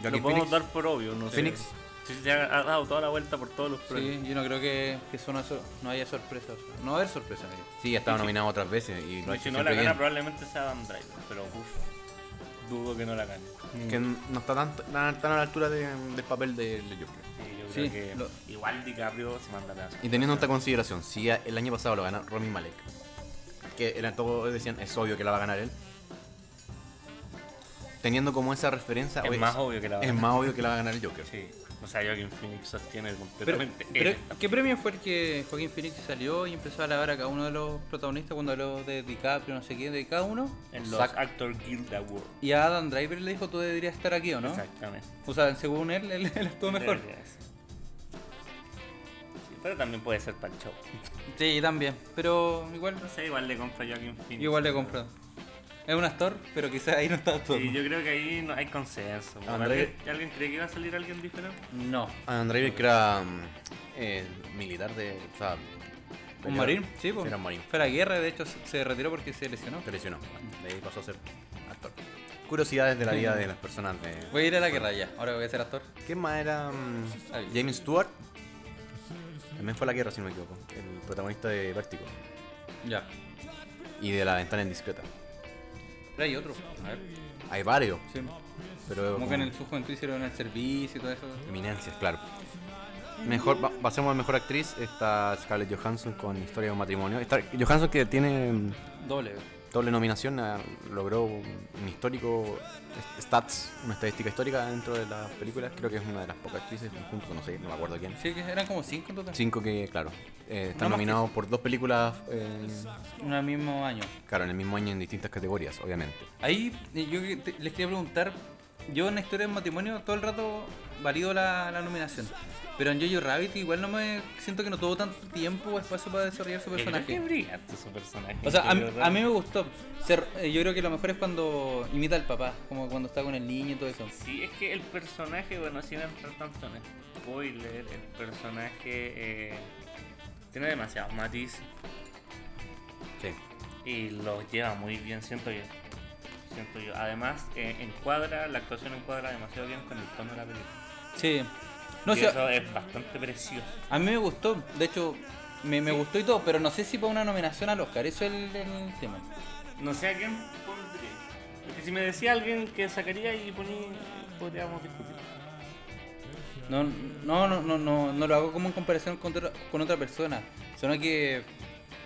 S2: Joaquin
S4: Lo podemos
S2: Phoenix.
S4: dar por obvio, no sé.
S2: Phoenix.
S4: Sí, se ha ha dado toda la vuelta por todos los premios.
S3: Sí, yo no creo que, que eso no, eso- no haya sorpresas. No va a haber sorpresas. ahí.
S2: Sí, ha estado nominado otras veces y lo ha
S4: Y
S2: hecho
S4: si no la
S2: siempre
S4: gana,
S2: bien.
S4: probablemente sea Adam Driver, pero uff, dudo que no la gane.
S3: Mm.
S2: Es que no está tan, tan- tan a la altura de- del papel de de Joker.
S4: Sí, yo
S3: Sí,
S4: creo que
S3: lo-
S4: igual DiCaprio se manda la.
S2: Y teniendo en esta consideración, si a- el año pasado lo ganó Romy Malek, que eran todos decían, es obvio que la va a ganar él. Teniendo como esa referencia,
S4: Es
S2: oye,
S4: más obvio que la va a
S2: es
S4: ganar.
S2: más obvio que la va a ganar el Joker.
S4: Sí, o sea, Joaquin Phoenix sostiene
S3: Pero,
S4: completamente.
S3: pero,
S4: él.
S3: ¿Qué premio fue el que Joaquín Phoenix salió y empezó a alabar a cada uno de los protagonistas cuando habló de DiCaprio, no sé quién, de cada uno?
S4: en los
S2: Zac-
S4: Actor Guild Awards.
S3: Y a Adam Driver le dijo, tú deberías estar aquí, ¿o no?
S4: Exactamente.
S3: O sea, según él, él, él estuvo mejor.
S4: Debería ser. Sí, pero también puede ser para el show.
S3: Sí, también. Pero igual,
S4: No sé, igual le compro a Joaquin Phoenix.
S3: igual le compró. Es un actor, pero quizás ahí no está actuando.
S4: Sí, yo creo que ahí no hay consenso.
S3: Ah,
S2: André-
S4: ¿Alguien, ¿Alguien cree que iba a salir alguien diferente?
S3: No.
S2: Adam Driver, que era mm, eh, militar de. O sea,
S3: Un
S2: peleador,
S3: marín, sí, pues.
S2: Era un marín.
S3: Fue a la guerra, de hecho, se se retiró porque se lesionó.
S2: Se lesionó. De ahí pasó a ser actor. Curiosidades de la vida de las personas. De...
S3: Voy a ir a la guerra ya, ahora voy a ser actor.
S2: ¿Quién más era? mm,
S3: Ah, bien.
S2: James Stewart. También fue a la guerra, si no me equivoco. El protagonista de Vértigo.
S3: Ya.
S2: Y de La Ventana Indiscreta.
S3: Pero hay otro. A ver.
S2: Hay varios,
S3: Sí.
S2: pero.
S3: Como que en el, su juventud hicieron el servicio y todo eso.
S2: Eminencias, claro. Mejor, va- pasemos a mejor actriz. Está Scarlett Johansson con Historia de un matrimonio. Está- Johansson que tiene mm,
S3: Doble.
S2: doble nominación, eh, logró un histórico est- stats, una estadística histórica dentro de las películas. Creo que es una de las pocas actrices, junto con no sé, no me acuerdo quién.
S3: Sí, que eran como cinco en total.
S2: Cinco que, claro, eh,
S3: No,
S2: están
S3: más que-
S2: nominados por dos películas, eh,
S3: Una al mismo año.
S2: claro, en el mismo año en distintas categorías, obviamente.
S3: Ahí eh, yo que- te- les quería preguntar yo en la historia del matrimonio todo el rato valido la, la nominación. Pero en Jojo Rabbit igual no me siento que no tuvo tanto tiempo o espacio para desarrollar su
S4: Qué
S3: personaje.
S4: brillante su personaje.
S3: O sea, a,
S4: de
S3: mí-
S4: verdad.
S3: a mí me gustó. Ser- eh, yo creo que lo mejor es cuando imita al papá, como cuando está con el niño y todo eso.
S4: Sí, es que el personaje, bueno, sin entrar tanto en spoiler, el personaje eh, tiene demasiados matices
S2: Sí.
S4: y los lleva muy bien, siento yo. Siento yo. Además, eh, encuadra, la actuación encuadra demasiado bien con el tono de la película.
S3: Sí. No,
S4: y
S3: sé
S4: eso es bastante precioso.
S3: a mí me gustó. De hecho, me, me gustó y todo, pero no sé si para una nominación al Oscar. Eso es el, el tema.
S4: No sé a quién pondría. Porque si me decía alguien que sacaría y poní, podríamos discutir.
S3: No, no, no, no, no, no lo hago como en comparación con otra, con otra persona, sino que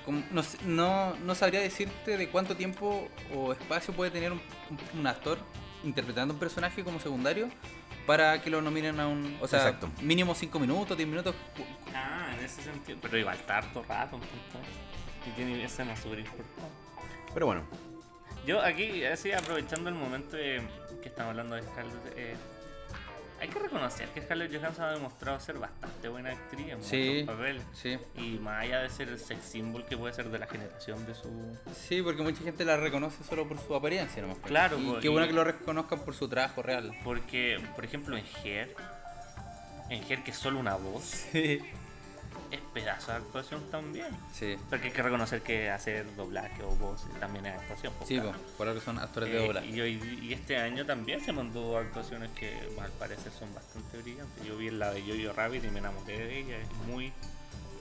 S3: como- no, sé- no, no sabría decirte de cuánto tiempo o espacio puede tener un, un actor interpretando un personaje como secundario para que lo nominen a un... O sea,
S1: Exacto.
S3: mínimo 5 minutos, 10 minutos. cu-
S4: Ah, en ese sentido. Pero iba a estar harto rato. entonces. Y tiene escenas súper importantes.
S1: Pero bueno,
S4: Yo aquí, así aprovechando el momento eh, que estamos hablando de Scarlett, eh, hay que reconocer que Scarlett Johansson ha demostrado ser bastante buena actriz en
S3: Sí.
S4: muchos papeles.
S3: Sí.
S4: Y más allá de ser el sex symbol que puede ser de la generación de su...
S3: Sí, porque mucha gente la reconoce solo por su apariencia nomás. pues.
S4: Claro,
S3: Y
S4: po,
S3: qué
S4: y-
S3: bueno que lo reconozcan por su trabajo real.
S4: Porque, por ejemplo, en Her, en Her que es solo una voz,
S3: Sí.
S4: es pedazo de actuación también.
S3: Sí,
S4: Porque hay que reconocer que hacer doblaje o voz también es actuación. pues,
S3: sí po,
S4: claro.
S3: por algo son actores de
S4: Eh,
S3: obra.
S4: y, hoy- y este año también se mandó actuaciones que al parecer son bastante brillantes. Yo vi la de Jojo Rabbit y me enamoré de ella. Es muy,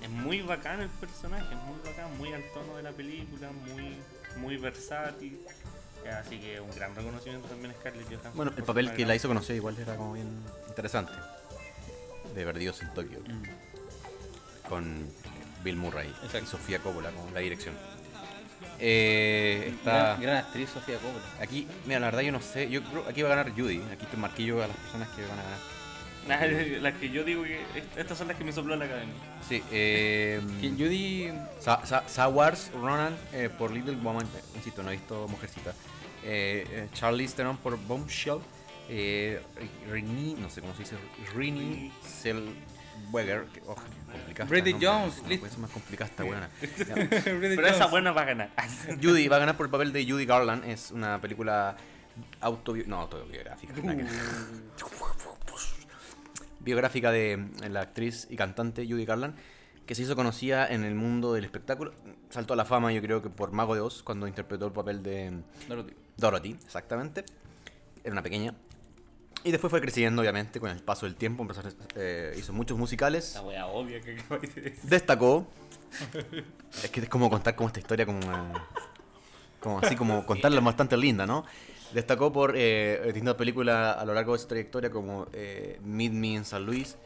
S4: es muy bacán el personaje, es muy bacán, muy al tono de la película, muy, muy versátil. Eh, Así que un gran reconocimiento también a Scarlett Johansson.
S2: Bueno, el
S4: por
S2: papel
S4: su
S2: que la
S4: gran-
S2: hizo conocer igual era como bien interesante. De Perdidos en Tokio. Con Bill Murray y
S3: Exacto.
S2: Sofía Coppola con la dirección. Eh, está...
S3: Gran, gran actriz Sofía Coppola.
S2: Aquí, mira, la verdad yo no sé. Yo creo aquí va a ganar Judy. Aquí te marquillo a las personas que van a ganar.
S4: Ah, Las las que yo digo que est- estas son las que me sopló la academia.
S2: Sí, eh...
S3: Que Judy.
S2: Sa- Sa- Sawars Ronan eh, por Little Woman, eh, insisto, no he visto Mujercita. Eh, eh, Charlize Theron por Bombshell. Eh, Rini, no sé cómo se dice, Rini Selweger. que- Oh, qué complicada.
S3: Bridget Jones, listo.
S2: listo. Es más complicada esta buena.
S4: Pero esa buena va a ganar.
S2: Judy va a ganar por el papel de Judy Garland. Es una película autobi no, autobiográfica. nada que- biográfica de la actriz y cantante Judy Garland, que se hizo conocida en el mundo del espectáculo. Saltó a la fama, yo creo que por Mago de Oz, cuando interpretó el papel de
S3: No lo digo.
S2: Dorothy, exactamente. Era una pequeña. Y después fue creciendo, obviamente, con el paso del tiempo. empezó a hacer, eh, hizo muchos musicales.
S4: La wea obvia que acabo de decir.
S2: Destacó. es que es como contar como esta historia, como, eh, como así como contarla bastante linda, ¿no? Destacó por eh, distintas películas a lo largo de su trayectoria, como eh, Meet Me en San Luis,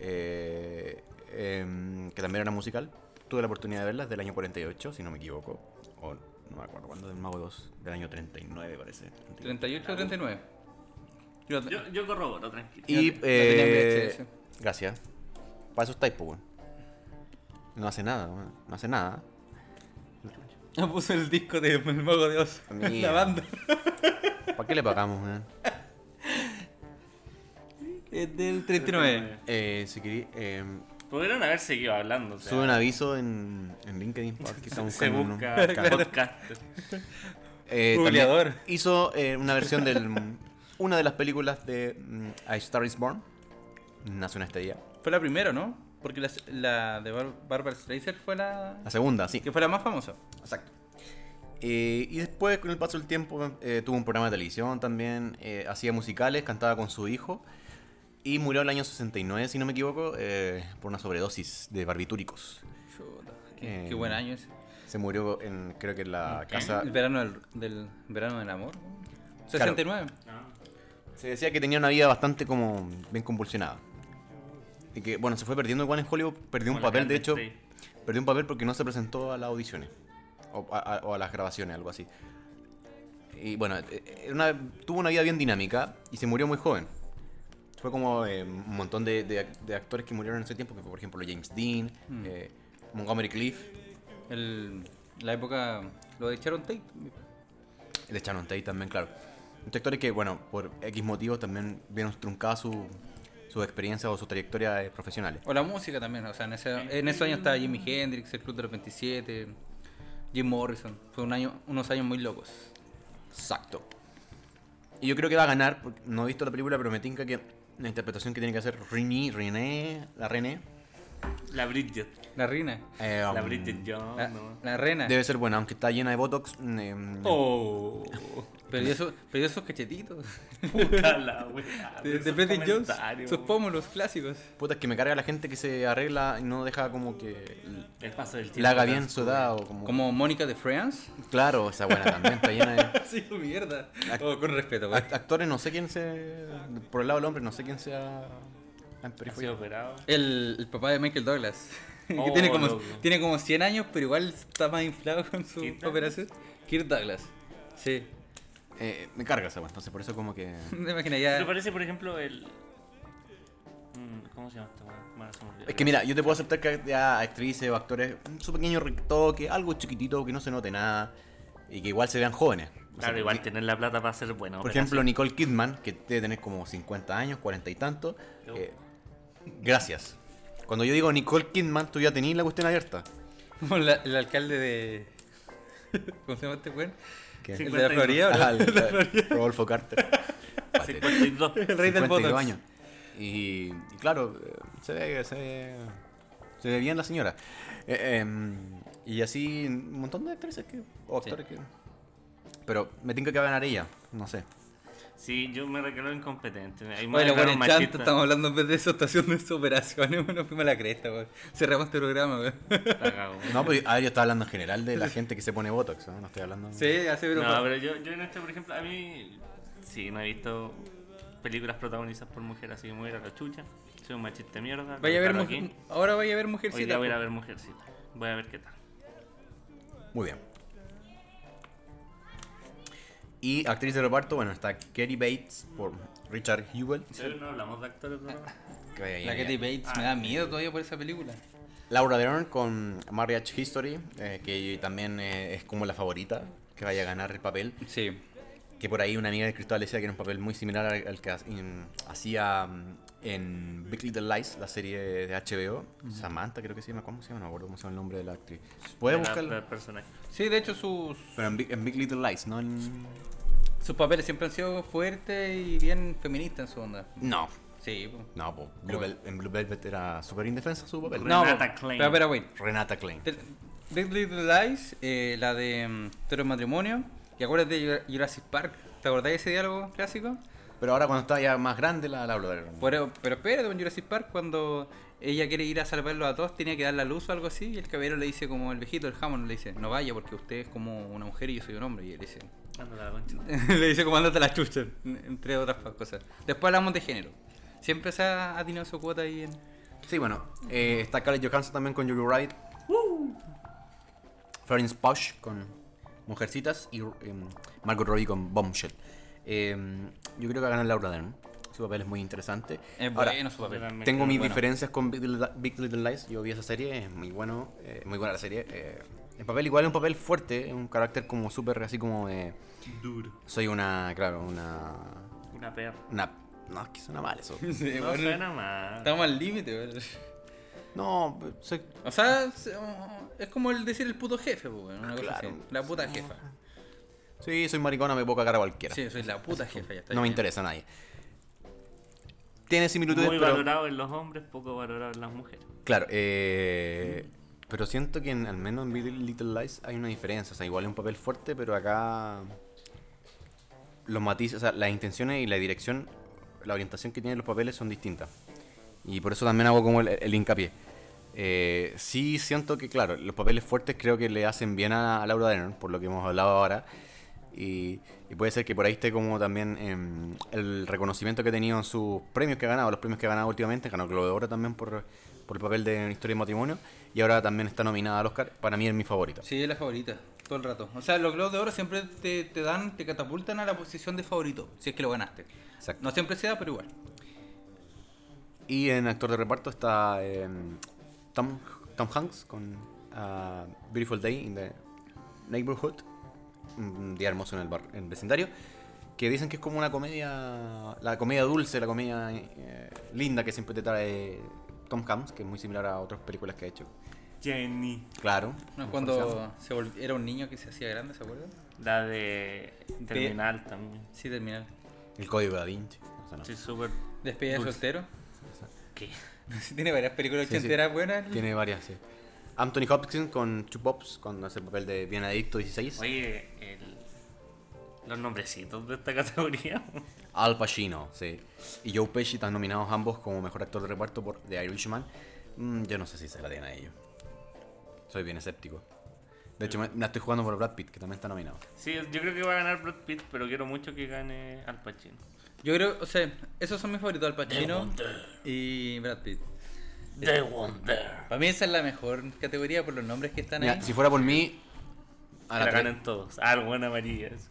S2: eh, em, que también era musical. Tuve la oportunidad de verla, es del año 48, si no me equivoco. O no me acuerdo cuándo, del Mago 2, del año 39, parece.
S3: 38 o 39. Yo, la-
S4: Yo, yo corroboro, tranquilo.
S2: Y.
S3: la tenía en
S2: Eh,
S3: VHS.
S2: gracias. Para eso estáis, pues, weón. No hace nada, weón. No hace nada.
S3: yo puse el disco de El Mago de Oz.
S2: Mía.
S3: La banda.
S2: ¿Para qué le pagamos, eh? weón?
S3: Es del 39.
S2: Eh, si querí, eh,
S4: Pudieron haber seguido hablando. o sea,
S2: sube un aviso en, en LinkedIn. para ver que estamos
S4: se
S2: buscando
S4: busca
S2: uno. Claro.
S4: podcast.
S2: Eh,
S3: Googleador.
S2: también Hizo eh, una versión del. Una de las películas de mm, A Star is Born. Nació en este día.
S3: Fue la primera, ¿no? Porque la, la de Bar Barbara Streisand fue la.
S2: La segunda, sí.
S3: que fue la más famosa.
S2: Exacto. Eh, y después, con el paso del tiempo, eh, tuvo un programa de televisión también, eh, hacía musicales, cantaba con su hijo y murió en el año 69, si no me equivoco, eh, por una sobredosis de barbitúricos.
S3: Chuta, Qué,
S2: Eh,
S3: qué buen año ese.
S2: Se murió, en, creo que en la
S4: qué?
S2: casa...
S3: El verano del, del verano del amor. ¿no? 69.
S4: No.
S2: Se decía que tenía una vida bastante como bien convulsionada. Y que, bueno, se fue perdiendo igual en Hollywood, perdió un
S4: Como la
S2: papel,
S4: Grande
S2: de hecho,
S4: Estrella.
S2: perdió un papel porque no se presentó a las audiciones. O a, a- o a las grabaciones, algo así. Y bueno, eh, era una- tuvo una vida bien dinámica y se murió muy joven. Fue como eh, un montón de, de ac- de actores que murieron en ese tiempo, que fue, por ejemplo James Dean, eh, Montgomery Cliff,
S3: El, la época. Lo de Sharon Tate.
S2: de Shannon Tate también, claro. Sectores que, bueno, por X motivos también vieron truncada su, su experiencia o su trayectoria eh, profesional.
S3: O la música también, o sea, en, ese, en esos años estaba Jimi Hendrix, el Club de los 27, Jim Morrison. Fue un año, unos años muy locos.
S2: Exacto. Y yo creo que va a ganar, porque no he visto la película, pero me tinca que la interpretación que tiene que hacer Rini, René, la René.
S4: La Bridget.
S3: La Rina.
S2: eh,
S4: La
S2: um,
S4: Bridget Jones.
S3: La,
S4: ¿no?
S3: la Rena.
S2: Debe ser buena, aunque está llena de botox. eh,
S4: Oh,
S3: Pero esos, pero esos cachetitos.
S4: puta la wea.
S3: De, de
S4: esos
S3: Bretton Jones.
S4: comentarios.
S3: Sus pómulos clásicos.
S2: Puta, es que me carga la gente que se arregla y no deja como que l-
S4: El paso del tiempo.
S2: la haga bien su edad o como...
S3: Como Mónica de France.
S2: Claro, esa buena también, está llena de...
S4: Ah,
S3: sí, mierda.
S2: Ac-
S3: Oh, con respeto, güey.
S2: Act- Actores, no sé quién se... Por el lado del hombre, no sé quién se
S4: Ha
S2: ha... ha
S4: sido
S2: emperifollado.
S4: operado.
S3: El, el papá de Michael Douglas. que
S4: Oh,
S3: tiene, como,
S4: loco.
S3: tiene como 100 años, pero igual está más inflado con su
S4: ¿Kirk Douglas?
S3: operación. Kirk Douglas. Sí.
S2: Eh, me carga esa buena, entonces por eso como que...
S3: No te imaginas
S4: Pero
S3: ya.
S4: parece, por ejemplo, el. Mm, ¿Cómo se llama esta wea? Bueno, se me olvidó.
S2: Es que mira, yo te puedo aceptar que haya actrices o actores, un- su pequeño retoque, algo chiquitito que no se note nada y que igual se vean jóvenes. O sea,
S4: Claro, igual tener la plata para ser bueno.
S2: Por ejemplo, Nicole Kidman, que debe tener como 50 años, 40 y tanto.
S4: Yo.
S2: eh, gracias. Cuando yo digo Nicole Kidman, tú ya tenías la cuestión abierta.
S3: Como la- el alcalde de. ¿Cómo se llama este güey?
S2: ¿Qué?
S3: El de la
S4: 52.
S3: Florida.
S2: Ah,
S3: ¿verdad?
S2: el- Rodolfo Carter. Patético.
S4: 52.
S3: El rey del
S2: 52
S3: botox.
S2: años. Y, y claro, eh, se ve, se ve, se ve bien la señora. Eh, em, y así un montón de actrices que, o actores que... Pero me tengo que ganar ella, no sé.
S4: Sí, yo me reclamo incompetente. Hay más
S3: Bueno, bueno, en
S4: machista.
S3: Chanto estamos hablando en vez de estación de sus operaciones. Bueno, fuimos a la cresta, güey. Cerramos este programa, güey.
S4: La cago.
S2: No, pues, a ver, yo estaba hablando en general de la gente que se pone Botox, ¿no? No estoy hablando...
S3: Sí, hace broma.
S4: No, pero yo, yo en este, por ejemplo, a mí sí, no he visto películas protagonizadas por mujeres, así que me voy a ir a la chucha. Soy un machista de mierda.
S3: Vaya a ver
S4: lo
S3: mujer-
S4: aclaro aquí.
S3: Ahora vaya a ver
S4: Hoy
S3: mujercita.
S4: día voy a ir a ver mujercita. Voy a ver qué tal.
S2: Muy bien. Y actriz de reparto, bueno, está Kerry Bates por Richard Hewell.
S4: no hablamos de actores,
S2: Que-
S3: La Katy Bates me da miedo todavía por esa película.
S2: Laura Dern con Marriage History, eh, que también eh, es como la favorita que vaya a ganar el papel.
S3: Sí.
S2: Que por ahí una amiga de Cristóbal decía que era un papel muy similar al al que ha- en- hacía mm, en Big Little Lies, la serie de HBO. Samantha, creo que se llama. ¿Cómo se llama? No me acuerdo cómo se llama el nombre de la actriz. Puedes buscarla.
S4: personaje.
S3: Sí, de hecho sus,
S2: Pero en Big, en Big Little Lies, no en.
S3: sus papeles siempre han sido fuertes y bien feministas en su onda.
S2: No.
S3: Sí, po.
S2: No, po. Blue Vel- en Blue Velvet era súper indefensa su papel.
S4: Renata
S3: po.
S4: Klein.
S3: Pero, pero, wait.
S2: Renata Klein.
S3: Te- Big Little Lies, eh, la de mm, Toro en Matrimonio. Y acuérdate de Jura- Jurassic Park. ¿Te acordás de ese diálogo clásico?
S2: Pero ahora cuando está ya más grande la Laura Dern.
S3: Pero, pero espérate, en Jurassic Park, cuando ella quiere ir a salvarlos a todos, tenía que dar la luz o algo así. Y el caballero le dice, como el viejito, el Hammond, le dice: No vaya porque usted es como una mujer y yo soy un hombre. Y él dice:
S4: Anda la concha.
S3: le dice comándote la chucha, entre otras pa- cosas. Después hablamos de género. Siempre se ha ha tenido su cuota ahí en...
S2: Sí, bueno, eh, está Scarlett Johansson también con Jojo Rabbit.
S3: Uh.
S2: Florence Pugh con Mujercitas y em, Margot Robbie con Bombshell. Em, yo creo que va a ganar Laura Dern. Su papel es muy interesante.
S3: Es
S2: Ahora,
S3: bueno su papel.
S4: Realmente
S2: tengo
S4: muy
S2: mis
S4: bueno.
S2: diferencias con Big Little, Big Little Lies. Yo vi esa serie, es muy bueno, eh, muy buena la serie. eh, el papel igual es un papel fuerte, es un carácter como súper así como eh,
S4: Duro.
S2: soy una, claro, una,
S4: Una perra.
S2: una, no es que suena mal eso.
S3: Sí,
S4: No
S3: bueno,
S4: suena mal.
S3: estamos al límite, weón.
S2: No, soy,
S3: O sea, se- es como el decir el puto jefe, po, weón, una cosa
S2: Claro.
S3: así. La puta jefa.
S2: sí, soy maricona, me puedo cagar a cualquiera.
S3: Sí, soy la puta jefa, ya está.
S2: No me
S3: bien.
S2: interesa a nadie. Tiene similitudes,
S4: Muy
S2: pero.
S4: valorado en los hombres, poco valorado en las mujeres.
S2: Claro, eh, pero siento que en- al menos en Big Little Lies hay una diferencia. O sea, igual es un papel fuerte, pero acá. Los matices, o sea, las intenciones y la dirección, la orientación que tienen los papeles son distintas. Y por eso también hago como el, el hincapié. Eh, sí siento que, claro, los papeles fuertes creo que le hacen bien a, a Laura Dern, por lo que hemos hablado ahora. Y, y puede ser que por ahí esté como también em, el reconocimiento que ha tenido en sus premios que ha ganado, los premios que ha ganado últimamente, ganó Globo de Oro también por, por el papel de Historia de Matrimonio, y ahora también está nominada al Oscar, para mí es mi favorita.
S3: Sí, es la favorita, todo el rato. O sea, los globos de oro siempre te, te dan, te catapultan a la posición de favorito, si es que lo ganaste.
S2: Exacto.
S3: No siempre se da, pero igual.
S2: Y en actor de reparto está em, Tom, Tom Hanks con ah, Beautiful Day in the Neighborhood, un día hermoso en el, bar- en el vecindario. que dicen que es como una comedia, la comedia dulce, la comedia eh, linda que siempre te trae Tom Hanks, que es muy similar a otras películas que ha hecho.
S4: Jenny.
S2: Claro.
S3: No, cuando se volv- era un niño que se hacía grande, ¿se acuerdan?
S4: La de Terminal también.
S3: Sí, terminal.
S2: El código da Vinci. O sea, no.
S4: Sí, súper.
S3: Despedida de
S4: Dulce.
S3: soltero.
S4: ¿Qué?
S3: Tiene varias películas
S2: Sí, sí.
S3: ochenteras buenas.
S2: Tiene varias, sí. Anthony Hopkins con Two Pops, cuando hace el papel de Bienadicto 16.
S4: Oye, el- los nombrecitos de esta categoría.
S2: Al Pacino, sí. Y Joe Pesci están nominados ambos como mejor actor de reparto por The Irishman. Mm, yo no sé si se la den a ellos. Soy bien escéptico. De hecho, me, la estoy jugando por Brad Pitt, que también está nominado.
S4: Sí, yo creo que va a ganar Brad Pitt, pero quiero mucho que gane Al Pacino.
S3: Yo creo, o sea, esos son mis favoritos, Al Pacino y Brad Pitt.
S4: The Wonder.
S3: Para mí esa es la mejor categoría por los nombres que están ahí.
S2: Mira, si fuera por mí, a
S4: Que
S2: la
S4: la
S2: tra-
S4: ganen todos. Ah, el buen amarillo. eso.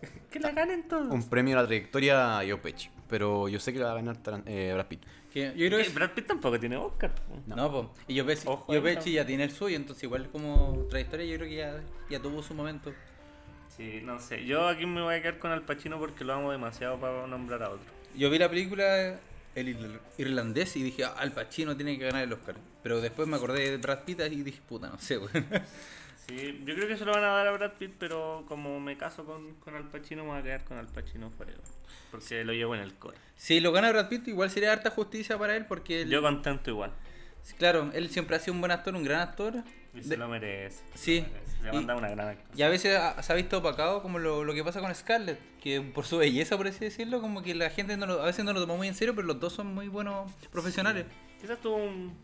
S4: que la ganen todos.
S2: un premio a la trayectoria a Joe Pesci. Pero yo sé que la va a ganar Taran- eh, Brad Pitt.
S3: Que yo creo que...
S4: Que Brad Pitt tampoco tiene Oscar.
S3: No,
S2: no.
S3: po. y yo Pesci,
S4: Ojo
S3: yo
S4: ahí,
S3: Pesci
S4: cabrón.
S3: ya tiene el suyo, entonces igual como trayectoria yo creo que ya, ya tuvo su momento.
S4: Sí, no sé. Yo aquí me voy a quedar con Al Pacino porque lo amo demasiado para nombrar a otro.
S3: Yo vi la película El Ir- Irlandés y dije, "Ah, Al Pacino tiene que ganar el Oscar. Pero después me acordé de Brad Pitt y dije, puta, no sé, weón.
S4: Sí, yo creo que se lo van a dar a Brad Pitt, pero como me caso con, con Al Pacino, me voy a quedar con Al Pacino forever. Porque lo llevo en el core.
S3: Si lo gana Brad Pitt, igual sería harta justicia para él porque él-
S4: Yo contento igual.
S3: claro, él siempre ha sido un buen actor, un gran actor.
S4: Y
S3: De-
S4: se lo merece.
S3: Sí,
S4: Se
S3: y-
S4: manda una gran actuación.
S3: Y a veces ha- se ha visto opacado como lo, lo que pasa con Scarlett, que por su belleza, por así decirlo, como que la gente no lo- a veces no lo toma muy en serio, pero los dos son muy buenos profesionales.
S4: Quizás tuvo un.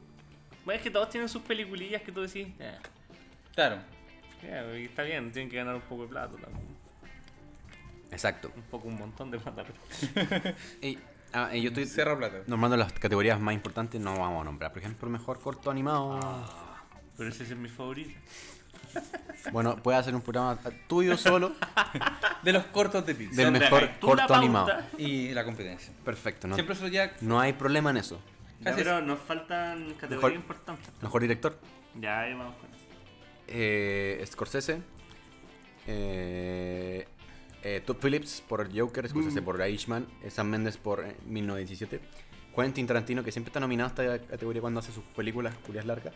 S4: Bueno, es que todos tienen sus peliculillas que tú decís. "Ah,
S3: Claro.
S4: ya, y está bien, tienen que ganar un poco de plata también.
S2: Exacto.
S4: Un poco, un montón de plata. pero-
S2: Y, ah, y yo estoy
S3: Cerro Plata.
S2: nombrando las categorías más importantes. No vamos a nombrar, por ejemplo, mejor corto animado.
S4: Ah. Pero ese es mi favorito.
S2: Bueno, puede hacer un programa tuyo solo.
S3: De los cortos de pizza.
S2: Del
S4: Sandra,
S2: mejor
S4: ¿tú la
S2: corto
S4: pauta?
S2: animado.
S3: Y la competencia.
S2: Perfecto, no,
S3: Siempre eso ya...
S2: no hay problema en eso.
S4: Ya,
S3: Casi
S4: pero nos faltan categorías
S2: Mejor-
S4: importantes.
S2: Mejor director.
S4: Ya, ahí vamos con eso.
S2: eh, Scorsese. Eh, eh, Todd Phillips por Joker, Scorsese
S4: Mm.
S2: por Irishman, eh, Sam Mendes por eh, 1917. Quentin Tarantino, que siempre está nominado a esta categoría cuando hace sus películas curias largas.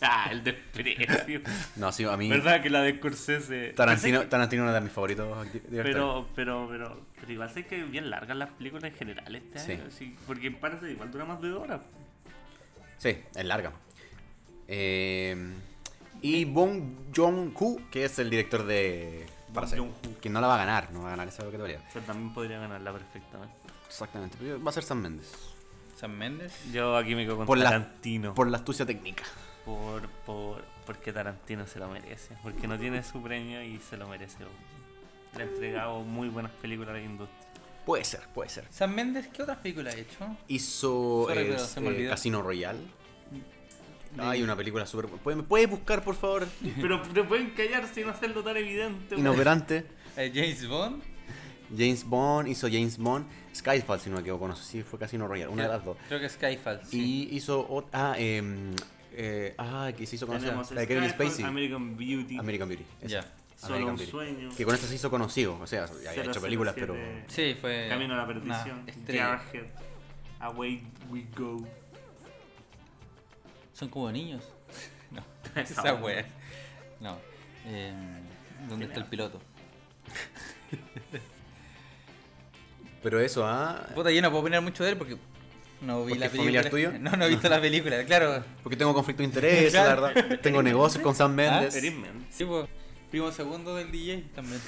S4: Ya, el desprecio.
S2: No, sí, a mí
S4: ¿Verdad que la de Scorsese?
S2: Tarantino, Tarantino es uno de mis favoritos. di- directores.
S4: Pero, pero, pero, pero igual sé que bien largas las películas en general este
S2: Sí.
S4: año. sí, porque parece igual dura más de dos horas.
S2: Sí, es larga. Eh, y Bong Joon-ho, que es el director de Parasite,
S4: Joon-ho.
S2: que no la va a ganar, no va a ganar esa categoría.
S4: O sea, también podría ganarla perfectamente.
S2: Exactamente, pero va a ser Sam Mendes.
S3: San Méndez.
S4: Yo aquí me quedo con
S2: Por la-
S4: Tarantino.
S2: Por la astucia técnica.
S4: Por, por, porque Tarantino se lo merece. Porque no tiene su premio y se lo merece. Le ha entregado muy buenas películas a la industria.
S2: Puede ser, puede ser.
S3: San Méndez, ¿qué otras películas ha hecho?
S2: Hizo
S3: Sorry,
S2: eh,
S3: pero se me
S2: eh,
S3: olvidó.
S2: Casino Royale. Hay una película súper... bu- ¿Pueden, puedes buscar, por favor? este
S4: Pero te pueden callar sin hacerlo tan evidente. weón.
S2: Inoperante.
S3: Eh, James Bond.
S2: James Bond, hizo James Bond. Skyfall, si no me equivoco, no sé si fue Casino Royale, una de las dos.
S3: Creo que Skyfall. sí.
S2: Y hizo... ot- Ah, eh, eh, ah, que se hizo conocer.
S4: Tenemos
S2: La de Kevin
S4: Skyfall,
S2: Spacey.
S4: American Beauty.
S2: American Beauty. esa.
S3: Ya.
S4: Solo
S2: American
S4: un
S2: Beauty.
S4: sueño.
S2: Que con esta se hizo conocido. O sea, ya había hecho películas, pero...
S4: 007.
S3: Sí, eh, este- fue...
S4: Camino a la
S3: una
S4: perdición.
S3: estrella.
S4: Jarhead. Away we go.
S3: Son como niños. No,
S4: Esa
S3: esa
S4: wea.
S3: wea. No. Eh, ¿Dónde está el piloto?
S2: Pero eso, ah...
S3: Puta, yo no puedo opinar mucho de él porque no vi
S2: ¿Porque
S3: la
S2: es
S3: película.
S2: familiar tuyo?
S3: No, no he visto la película, claro.
S2: Porque tengo conflicto de interés, la verdad. Tengo negocios con Sam Mendes.
S4: Eres men.
S3: Sí, pues, primo segundo del DJ también.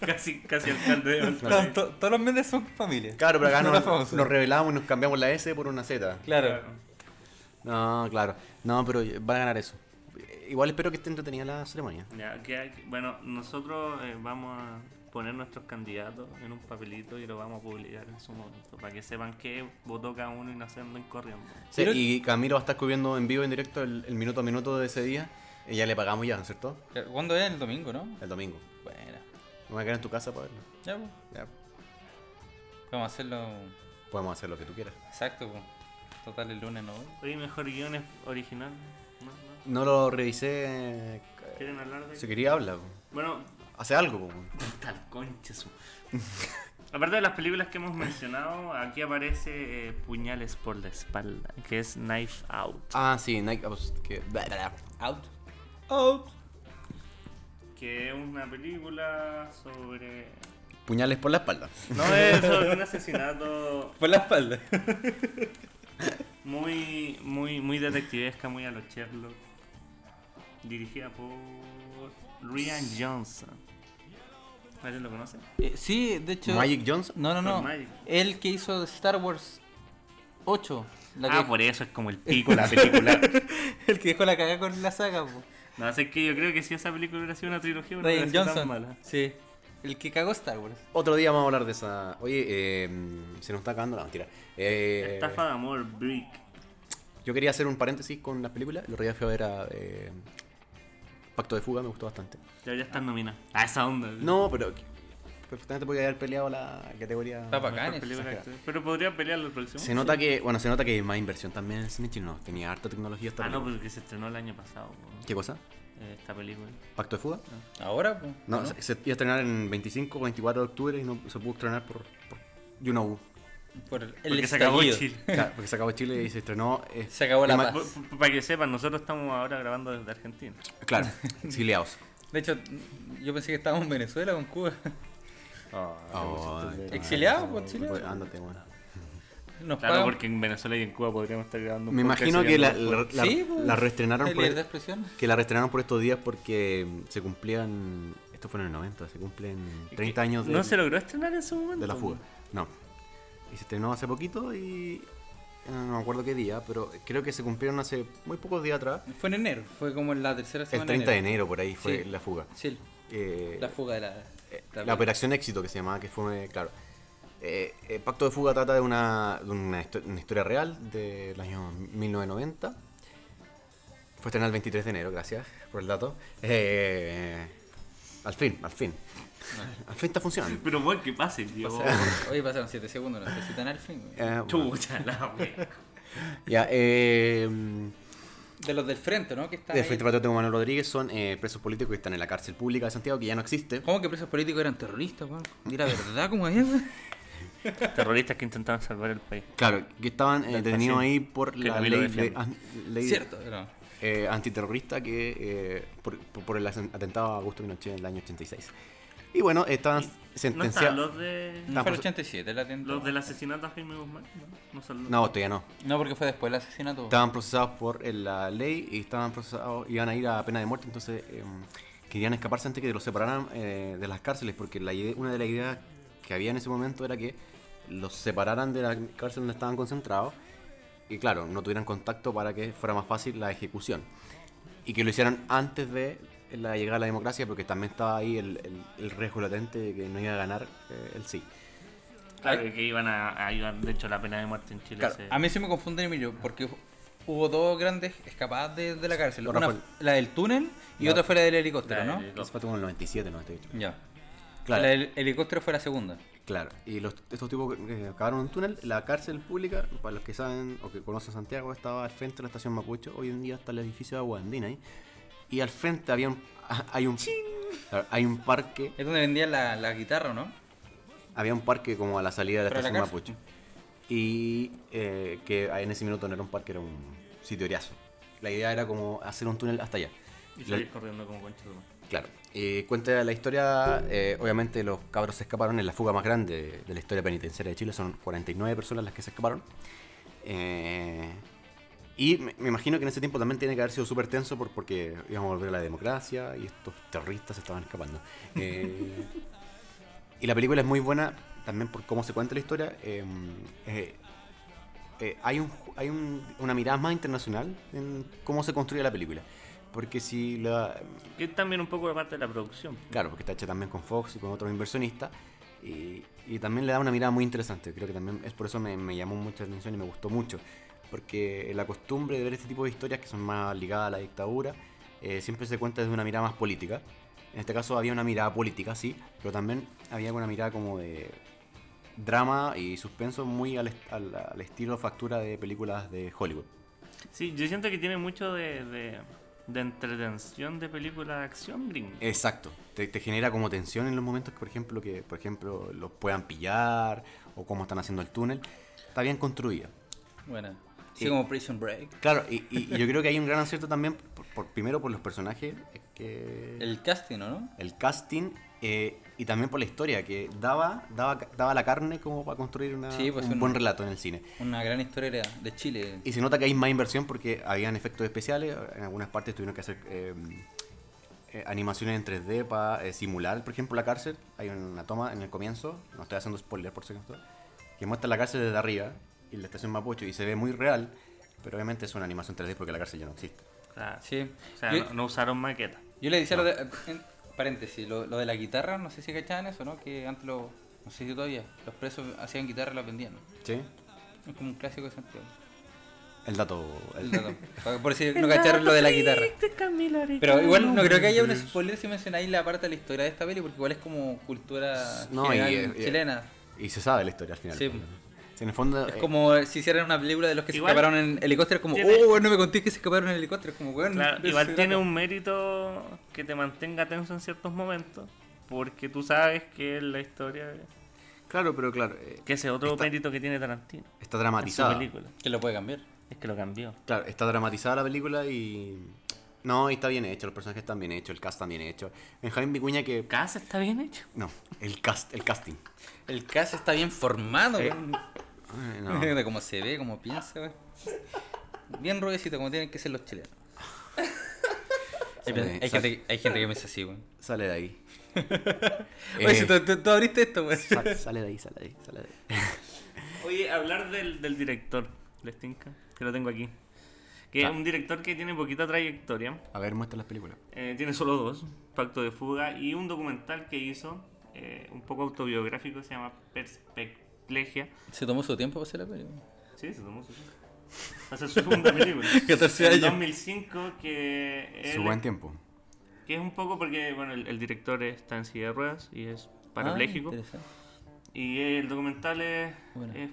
S4: Casi, casi alcalde de
S3: Todos-
S4: Valparaíso.
S3: to- todos los Mendes son familia.
S2: Claro, pero acá
S3: No
S2: no-
S3: era famoso.
S2: nos revelamos y nos cambiamos la S por una Z.
S3: Claro.
S2: No, claro. No, pero van a ganar eso. Igual espero que esté entretenida la ceremonia.
S4: Ya, que hay- bueno, nosotros eh, vamos a poner nuestros candidatos en un papelito y lo vamos a publicar en su momento para que sepan que votó cada uno y no se anden corriendo.
S2: Sí,
S3: Pero-
S2: y Camilo va a estar cubriendo en vivo, en directo, el, el minuto a minuto de ese día. Y ya le pagamos ya, ¿cierto?
S3: ¿Cuándo es? El domingo, ¿no?
S2: El domingo.
S3: Bueno,
S2: Me voy a quedar en tu casa para verlo.
S3: ya, pues.
S2: Ya.
S3: Vamos a hacerlo
S2: Podemos hacer lo que tú quieras.
S3: exacto, pues. Total, el lunes no voy.
S4: Oye, mejor guión es original. ¿No? ¿No?
S2: No lo revisé. eh,
S4: ¿Quieren hablar de
S2: Si quería hablar.
S4: Bueno,
S2: hace algo, po, weón.
S4: Tal conche su. Aparte de las películas que hemos mencionado, aquí aparece eh, Puñales por la espalda, que es Knife Out.
S2: Ah, sí, Nike. ah, pues, que- bla, bla, bla.
S3: Out.
S4: Que es una película sobre.
S2: Puñales por la espalda.
S4: No es sobre un asesinato
S3: Por la espalda.
S4: muy, muy, muy detectivesca, muy a los Sherlock. Dirigida por. Ryan Johnson. ¿Alguien lo conoce?
S3: Eh, sí, de hecho.
S2: Magic Johnson.
S3: No, no, no.
S4: Por Magic.
S3: El que hizo Star Wars 8. la
S4: Ah,
S3: que-
S4: por e- eso es como el pico la película.
S3: El que dejó la cagada con la saga, po.
S4: No, sé que yo creo que si esa película hubiera sido una trilogía, no hubiera
S3: Ryan
S4: sido tan
S3: Johnson.
S4: mala.
S3: Sí. El que cagó Star Wars.
S2: Otro día vamos a hablar de esa. Oye, eh, se nos está acabando la mentira. Eh,
S4: Estafa de amor, Brick.
S2: Yo quería hacer un paréntesis con las películas. El otro día fui a ver a. eh, Pacto de Fuga, me gustó bastante.
S4: Debería estar nominada. Ah, esa onda.
S2: No, pero. Perfectamente podría haber peleado la categoría.
S3: Está
S4: Mejor
S3: bacán.
S4: película
S3: esa.
S4: de actores. Pero podría pelear el próximo.
S2: Se nota que, bueno, se nota que hay más inversión también en el cine chino. Tenía harta tecnología esta
S4: Ah, no,
S2: película.
S4: porque se estrenó el año pasado. po,
S2: ¿Qué cosa?
S4: eh, Esta película.
S2: ¿Pacto de fuga?
S3: Ahora, po.
S2: Ah, No, Se, se iba a estrenar en 25 o 24 de octubre y no se pudo estrenar por, por you know.
S3: Por el
S4: Porque se
S3: estallido.
S4: acabó Chile.
S2: Claro, porque se acabó Chile y se estrenó. eh,
S3: Se acabó la
S2: en
S3: paz.
S2: ma-
S4: Por- por- Para que sepan, nosotros estamos ahora grabando desde Argentina.
S2: Claro, exiliados.
S3: De hecho, yo pensé que estábamos en Venezuela con Cuba.
S2: Oh,
S3: Exiliados, pues,
S2: Chile.
S3: exiliados.
S2: Ándate, bueno.
S3: Nos
S4: Claro,
S3: pagan.
S4: porque en Venezuela y en Cuba podríamos estar grabando. un
S2: Me
S4: podcast
S2: imagino
S4: y
S2: que la,
S4: grabando
S2: la, la-
S3: Sí, pues,
S2: la reestrenaron
S3: hay
S2: por,
S3: libertad de expresión.
S2: que la reestrenaron por estos días porque mm, se cumplían. Esto fue en el 90, se cumplen
S4: un-
S2: 30 años de,
S4: No se logró estrenar en su momento.
S2: de la fuga. No. Y se estrenó hace poquito y. eh, No me acuerdo qué día, pero creo que se cumplieron hace muy pocos días atrás.
S3: Fue en enero, fue como en la tercera
S2: El
S3: semana.
S2: 30 de enero, por ahí fue
S3: Sí.
S2: la fuga.
S3: Sí,
S2: Eh,
S3: la fuga de la.
S2: eh,
S3: la-
S2: la operación éxito que se llamaba, que fue, claro. Eh, eh, Pacto de Fuga trata de una, de una, histo- una historia real del año 1990. Fue estrenada el 23 de enero, gracias por el dato. Eh, al fin, al fin. al fin está funcionando.
S4: Pero bueno, que pase, tío.
S3: Hoy pasaron 7 segundos, no necesitan al fin. güey.
S2: Eh, bueno,
S4: Chucha, la wea.
S2: ya, eh,
S3: De los del frente, ¿no? Que están
S2: de
S3: ahí.
S2: frente para Manuel Rodríguez son eh, presos políticos que están en la cárcel pública de Santiago, que ya no existe.
S3: ¿Cómo que presos políticos eran terroristas, weón? Y la verdad, como es, güey?
S4: Terroristas que intentaban salvar el país.
S2: Claro, que estaban eh,
S4: Del
S2: detenidos
S4: Brasil,
S2: ahí por
S4: que
S2: la
S4: también lo
S2: ley, de,
S4: defiende.
S2: an- ley-
S3: Cierto, no.
S2: eh, antiterrorista que eh, por, por- por el asen- atentado a Augusto Pinochet en el año 86. Y bueno, estaban
S4: ¿No están
S2: sentenciados.
S4: los de.
S3: No fue el
S2: pues-
S3: 87 el atentado.
S4: Los del asesinato a Jaime Guzmán, ¿no? No,
S2: No, todavía no.
S3: No, porque fue después del asesinato.
S2: Estaban procesados por eh, la ley y estaban procesados, iban a ir a pena de muerte, entonces eh, querían escaparse antes que los separaran eh, de las cárceles, porque la ide- una de las ideas que había en ese momento era que los separaran de la cárcel donde estaban concentrados y claro, no tuvieran contacto para que fuera más fácil la ejecución. Y que lo hicieran antes de la llegada de la democracia, porque también estaba ahí el, el- el riesgo latente de que no iba a ganar eh, el sí.
S4: Claro, que iban a, a- iban- de hecho, la pena de muerte en Chile.
S3: Claro,
S4: se-
S3: a mí se me confunde Emilio, porque hubo dos grandes escapadas de, de la cárcel.
S2: Lo
S3: Una,
S2: Rafael.
S3: la del túnel y
S2: La-
S3: otra fue la del helicóptero,
S4: la-
S3: ¿no?
S4: el-
S2: Eso fue como en el 97, 98.
S3: Ya.
S2: Claro.
S3: La del helicóptero fue la segunda.
S2: Claro, y los, estos tipos que acabaron en un túnel, la cárcel pública, para los que saben o que conocen Santiago, estaba al frente de la estación Mapucho, hoy en día está el edificio de Aguandina ahí, y al frente había un, ah, hay un claro, hay un parque,
S3: Es donde vendían la, la guitarra, ¿no?
S2: había un parque como a la salida de la
S3: Pero la
S2: estación
S3: cárcel.
S2: Mapucho. Y eh, que en ese minuto no era un parque, era un sitiorazo. La idea era como hacer un túnel hasta allá.
S4: Y
S2: La-
S4: salir corriendo como concha de madre.
S2: Claro. Y cuenta la historia, eh, obviamente los cabros se escaparon en la fuga más grande de la historia penitenciaria de Chile, son 49 personas las que se escaparon. Eh, y me, me imagino que en ese tiempo también tiene que haber sido súper tenso por- porque íbamos a volver a la democracia y estos terroristas se estaban escapando. Eh, y la película es muy buena también por cómo se cuenta la historia. Eh, eh, eh, hay un, ju- hay un- una mirada más internacional en cómo se construye la película. Porque si la,
S4: Que es también un poco de parte de la producción.
S2: Claro, porque está hecha también con Fox y con otros inversionistas. Y, y también le da una mirada muy interesante. Creo que también es por eso me, me llamó mucha atención y me gustó mucho. Porque la costumbre de ver este tipo de historias que son más ligadas a la dictadura eh, siempre se cuenta desde una mirada más política. En este caso había una mirada política, sí, pero también había una mirada como de drama y suspenso muy al, est- al- al estilo factura de películas de Hollywood.
S4: Sí, yo siento que tiene mucho de, de, de entretención de películas de acción gringa.
S2: Exacto. Te, te genera como tensión en los momentos que, por ejemplo, que por ejemplo los puedan pillar o cómo están haciendo el túnel. Está bien construida.
S3: Bueno, así
S2: Sí.
S3: como Prison Break.
S2: Claro, y, y- y yo creo que hay un gran acierto también, por, por- primero por los personajes, es que el,
S3: El casting, ¿o ¿no?
S2: casting eh, y también por la historia, que daba, daba, daba la carne como para construir una-
S3: Sí, pues
S2: un
S3: un-
S2: buen relato en el cine.
S3: Una gran historia de Chile.
S2: Y se nota que hay más inversión porque habían efectos especiales, en algunas partes tuvieron que hacer eh, eh, animaciones en 3D para eh, simular, por ejemplo, la cárcel. Hay una toma en el comienzo, no estoy haciendo spoiler por si acaso, que muestra la cárcel desde arriba y la estación Mapocho y se ve muy real, pero obviamente es una animación 3D porque la cárcel ya no existe.
S4: Claro.
S3: Sí.
S4: O sea,
S3: Yo-
S4: no, no usaron maqueta.
S3: Yo le decía lo de. en paréntesis, lo, lo de la guitarra, no sé si cachaban eso, ¿no? Que antes lo. No sé si todavía. Los presos hacían guitarra y las vendían.
S2: ¿Sí?
S3: Es como un clásico de Santiago.
S2: El dato.
S3: El dato. Por si no cacharon lo de la guitarra. Pero igual no creo que haya un spoiler si mencionáis la parte de la historia de esta peli, porque igual es como cultura
S2: No, y- eh.
S3: general
S2: y-
S3: chilena.
S2: Y se sabe la historia al final.
S3: Sí.
S2: Sí, En el fondo.
S3: Es
S2: eh,
S3: como si hicieran una película de los que
S4: Igual
S3: se escaparon en helicóptero, como,
S4: tiene-
S3: oh, weón, no me conté que se escaparon en helicóptero, como, weón.
S4: Claro,
S3: de eso
S4: igual
S3: se
S4: tiene
S3: trata.
S4: un mérito que te mantenga tenso en ciertos momentos, porque tú sabes que es la historia,
S2: Claro, pero claro. eh,
S4: que ese es otro
S2: Está-
S4: mérito que tiene Tarantino.
S2: está
S4: en su
S2: dramatizada.
S4: película.
S3: Que lo puede cambiar.
S4: Es que lo cambió.
S2: Claro, está dramatizada la película y. No, y está bien hecho, los personajes están bien hechos, el cast está bien hecho. Benjamín Vicuña que.
S4: Casa está bien hecho.
S2: No, el cast, el casting.
S3: El caso está bien formado, weón.
S2: Ay, no.
S3: De cómo se ve, cómo piensa, weón. Bien ruedecito, como tienen que ser los chilenos. Hay,
S2: Sale-
S3: hay
S2: sale-
S3: gente, hay gente que piensa así, weón.
S2: Sale de ahí.
S3: Oye,
S2: Eh,
S3: si tú, tú- tú abriste esto, weón.
S2: sa- sale de ahí, sale de ahí, sale de ahí.
S4: Oye, hablar del, del director, ¿les tinca? Que lo tengo aquí. Que
S2: Ah.
S4: es un director que tiene poquita trayectoria.
S2: A ver, muestra las películas.
S4: Eh, tiene solo dos, Pacto de Fuga y un documental que hizo, eh, un poco autobiográfico, se llama Perspectlegia.
S3: Se tomó su tiempo para hacer la peli, weón.
S4: Sí, se tomó su tiempo. Va a ser su segunda película.
S3: 14
S4: En
S3: años.
S4: 2005, que,
S3: Eh,
S2: Su
S4: él-
S2: buen tiempo.
S4: que es un poco porque bueno, el, el director está en silla de ruedas y es parapléjico.
S3: Ah, interesante.
S4: y el documental es
S3: Bueno.
S4: es,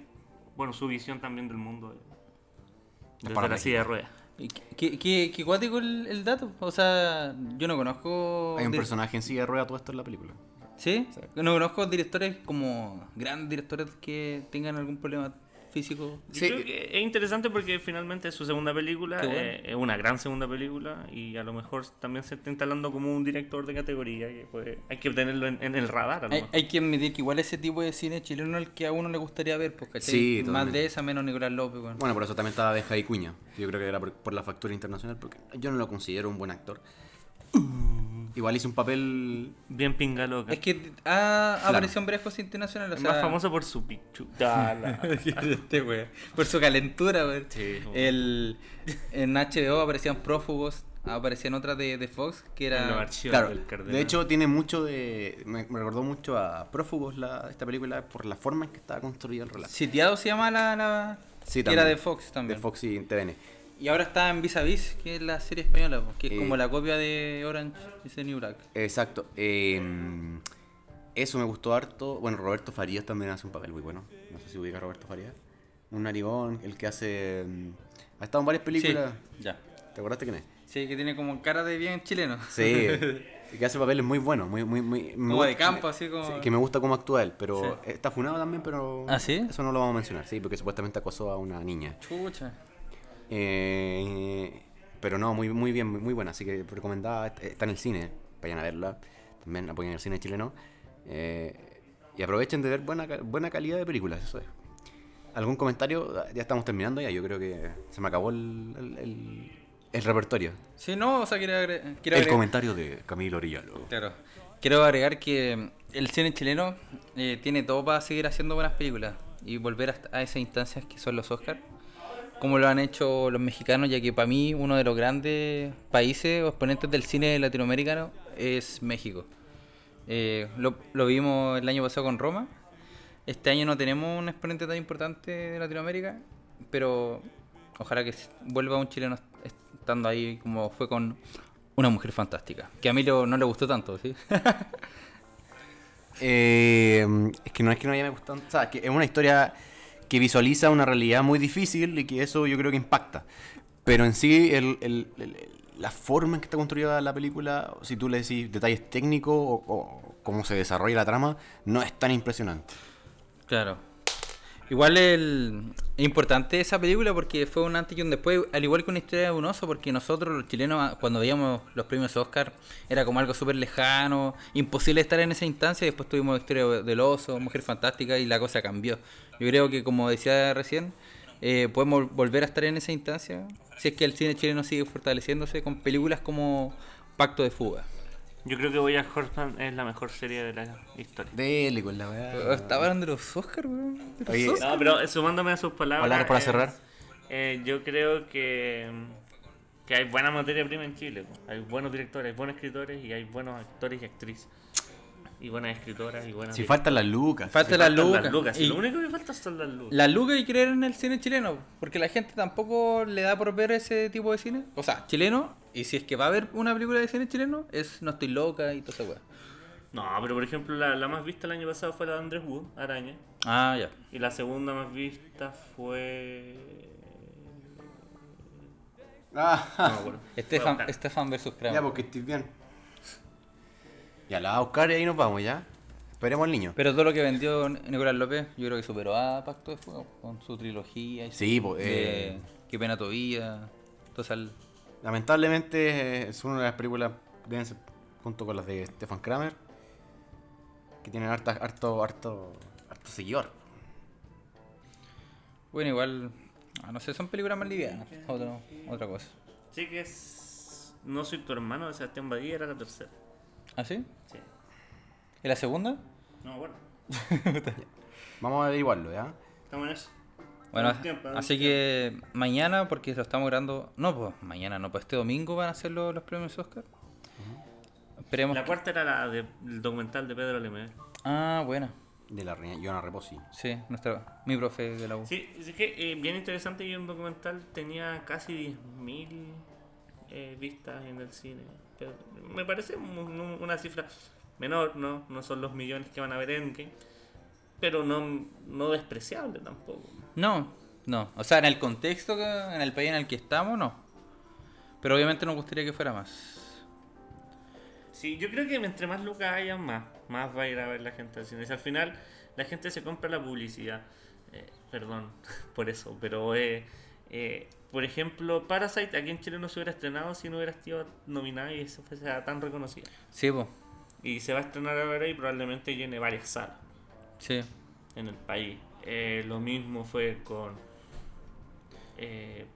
S4: bueno. su visión también del mundo. eh, Desde la
S2: parapléjico.
S4: silla de ruedas.
S3: ¿Y ¿Qué, qué, qué cuático el, el dato? O sea, yo no conozco.
S2: Hay un
S3: di-
S2: personaje en silla de rueda todo esto en la película.
S3: ¿Sí? No conozco directores como grandes directores que tengan algún problema físico.
S4: Yo
S2: Sí.
S4: creo que es interesante porque finalmente es su segunda película,
S3: Qué bueno.
S4: eh, es una gran segunda película y a lo mejor también se está instalando como un director de categoría que puede- hay que tenerlo en, en el radar. a lo
S3: Hay,
S4: mejor.
S3: hay que admitir que igual ese tipo de cine chileno es el que a uno le gustaría ver, pues, ¿cachai?
S2: Sí,
S3: Más
S2: totalmente.
S3: de esa, menos Nicolás López, weón.
S2: Bueno, por eso también estaba Benja Vicuña. que Yo creo que era por, por la factura internacional, porque yo no lo considero un buen actor.
S3: Uh.
S2: Igual hizo un papel.
S4: Bien pinga loca.
S3: es que ha ha
S2: Claro.
S3: aparecido en varias cosas internacionales. O
S4: Es
S3: sea,
S4: más famoso por su pichu. Ah, la-
S3: Este, weón. Por su calentura, weón.
S4: Sí, como-
S3: El, en HBO aparecían prófugos, aparecían otras de, de Fox que
S4: en los
S3: era.
S4: archivos
S2: Claro,
S4: del cardenal.
S2: de hecho tiene mucho de... Me, me recordó mucho a Prófugos la, esta película por la forma en que estaba construida el relato.
S3: Sitiado se llama la. la-
S2: Sí,
S3: que
S2: también.
S3: era de Fox también.
S2: De Fox y TVN.
S3: Y ahora está en Vis a Vis, que es la serie española, po, que es
S2: Eh.
S3: como la copia de Orange is the New Black.
S2: Exacto. eh, eso me gustó harto. Bueno, Roberto Farías también hace un papel muy bueno. No sé si ubica a Roberto Farías. Un narigón, el que hace... mm, Ha estado en varias películas.
S3: Sí, ya.
S2: ¿Te acordaste quién es?
S3: Sí, que tiene como cara de bien chileno.
S2: Sí. el que hace papeles muy buenos. Muy, muy, muy, me
S3: Como de
S2: gusta-
S3: campo, así como-
S2: sí, que me gusta cómo actúa él. Pero
S3: Sí.
S2: está funado también, pero...
S3: ¿Ah, sí?
S2: Eso no lo vamos a mencionar, sí, porque supuestamente acosó a una niña.
S3: Chucha.
S2: Eh, pero no, muy, muy bien, muy, muy buena. Así que recomendada. est- Está en el cine. Vayan a verla. También apoyen el cine chileno. Eh, y aprovechen de ver buena, ca- buena calidad de películas. Eso es. ¿Algún comentario? Ya estamos terminando ya. Yo creo que se me acabó el, el- el- el repertorio.
S3: Sí, no, o sea, quiero, agre- quiero
S2: El
S3: agregar.
S2: comentario de Camilo Orillalo.
S3: Claro. Quiero agregar que el cine chileno eh, tiene todo para seguir haciendo buenas películas y volver hasta- a esas instancias que son los Oscars, como lo han hecho los mexicanos, ya que para mí uno de los grandes países o exponentes del cine latinoamericano es México. Eh, lo, lo vimos el año pasado con Roma. Este año no tenemos un exponente tan importante de Latinoamérica, pero ojalá que s- vuelva un chileno est- estando ahí como fue con una mujer fantástica. Que a mí lo- no le gustó tanto, ¿sí?
S2: Eh, es que no es que no haya me gustado. O sea, es que es una historia que visualiza una realidad muy difícil y que eso yo creo que impacta. Pero en sí, el, el- el- la forma en que está construida la película, si tú le decís detalles técnicos o, o cómo se desarrolla la trama, no es tan impresionante.
S3: Claro. Igual el, es importante esa película porque fue un antes y un después, al igual que una historia de un oso, porque nosotros los chilenos ah, cuando veíamos los premios Oscar era como algo súper lejano, imposible estar en esa instancia y después tuvimos la historia del oso, Mujer Fantástica y la cosa cambió. Yo creo que como decía recién, eh, podemos vol- volver a estar en esa instancia si es que el cine chileno sigue fortaleciéndose con películas como Pacto de Fuga.
S4: Yo creo que Voyage Horseman es la mejor serie de la historia.
S2: Dele con la verdad.
S3: Estaba hablando de los Oscar, weón. de los
S2: Oye,
S3: Oscar.
S4: Ah. No, pero eh, sumándome a sus palabras.
S2: Hablar para
S4: eh,
S2: cerrar.
S4: eh, yo creo que, mm, que hay buena materia prima en Chile. po. Hay buenos directores, hay buenos escritores y hay buenos actores y actrices. Y buenas escritoras y buenas.
S2: Si
S4: directoras.
S2: faltan las lucas.
S3: Falta la
S4: Faltan
S3: luz.
S4: Las lucas. y Lo único que falta son las lucas.
S3: La luca y creer en el cine chileno, porque la gente tampoco le da por ver ese tipo de cine. O sea, chileno, y si es que va a haber una película de cine chileno, es No estoy loca y toda esa weá.
S4: No, pero por ejemplo, la, la más vista el año pasado fue la de Andrés Wood, Araña.
S3: Ah, ya.
S4: Y la segunda más vista fue.
S2: Ah,
S4: No me acuerdo.
S3: Estefan,
S4: Bueno,
S3: Estefan este versus Kramer.
S2: ya, pues. porque estoy bien. Ya la va a buscar y ahí nos vamos, ya. Esperemos al niño.
S3: Pero todo lo que vendió Nicolás López, yo creo que superó a Pacto de Fuego con su trilogía. Y su-
S2: Sí, pues,
S3: de
S2: eh.
S3: Qué pena tu vida. Total.
S2: Lamentablemente eh, es una de las películas deben ser junto con las de Stefan Kramer que tienen harta, harto, harto, harto seguidor.
S3: Bueno, igual. ah, No sé, son películas más livianas. Otro- otra cosa.
S4: Sí que es. No soy tu hermano de Sebastián Badía, era la tercera.
S3: ¿Ah, sí?
S4: Sí.
S3: ¿Y la segunda?
S4: No me acuerdo.
S2: Vamos a averiguarlo, ¿ya?
S4: Estamos en eso.
S3: Bueno,
S4: Damos tiempo, damos
S3: así que mañana, porque lo estamos grabando. No, pues mañana, no, pues este domingo van a ser los, los premios Oscar. Esperemos.
S4: La
S3: que-
S4: cuarta era la de- el documental de Pedro Lemebel.
S3: Ah, buena.
S2: De la reina Joana Reposi.
S3: Sí, nuestra, mi profe de la U.
S4: Sí, es que eh, bien interesante que un documental tenía casi 10.000 eh, vistas en el cine. Pero me parece un- un- una cifra menor, ¿no? No son los millones que van a ver en que pero no, no despreciable tampoco.
S3: No, no. O sea, en el contexto, que- en el país en el que estamos, no. Pero obviamente nos gustaría que fuera más.
S4: Sí, yo creo que entre más lucas haya, más, más va a ir a ver la gente al cine. Si al final la gente se compra la publicidad. Eh, perdón por eso, pero eh, eh, por ejemplo, Parasite aquí en Chile no se hubiera estrenado si no hubiera sido nominada y eso fuese tan reconocida.
S3: Sí, pues.
S4: Y se va a estrenar ahora y probablemente llene varias salas
S3: Sí.
S4: en el país. Eh, lo mismo fue con eh,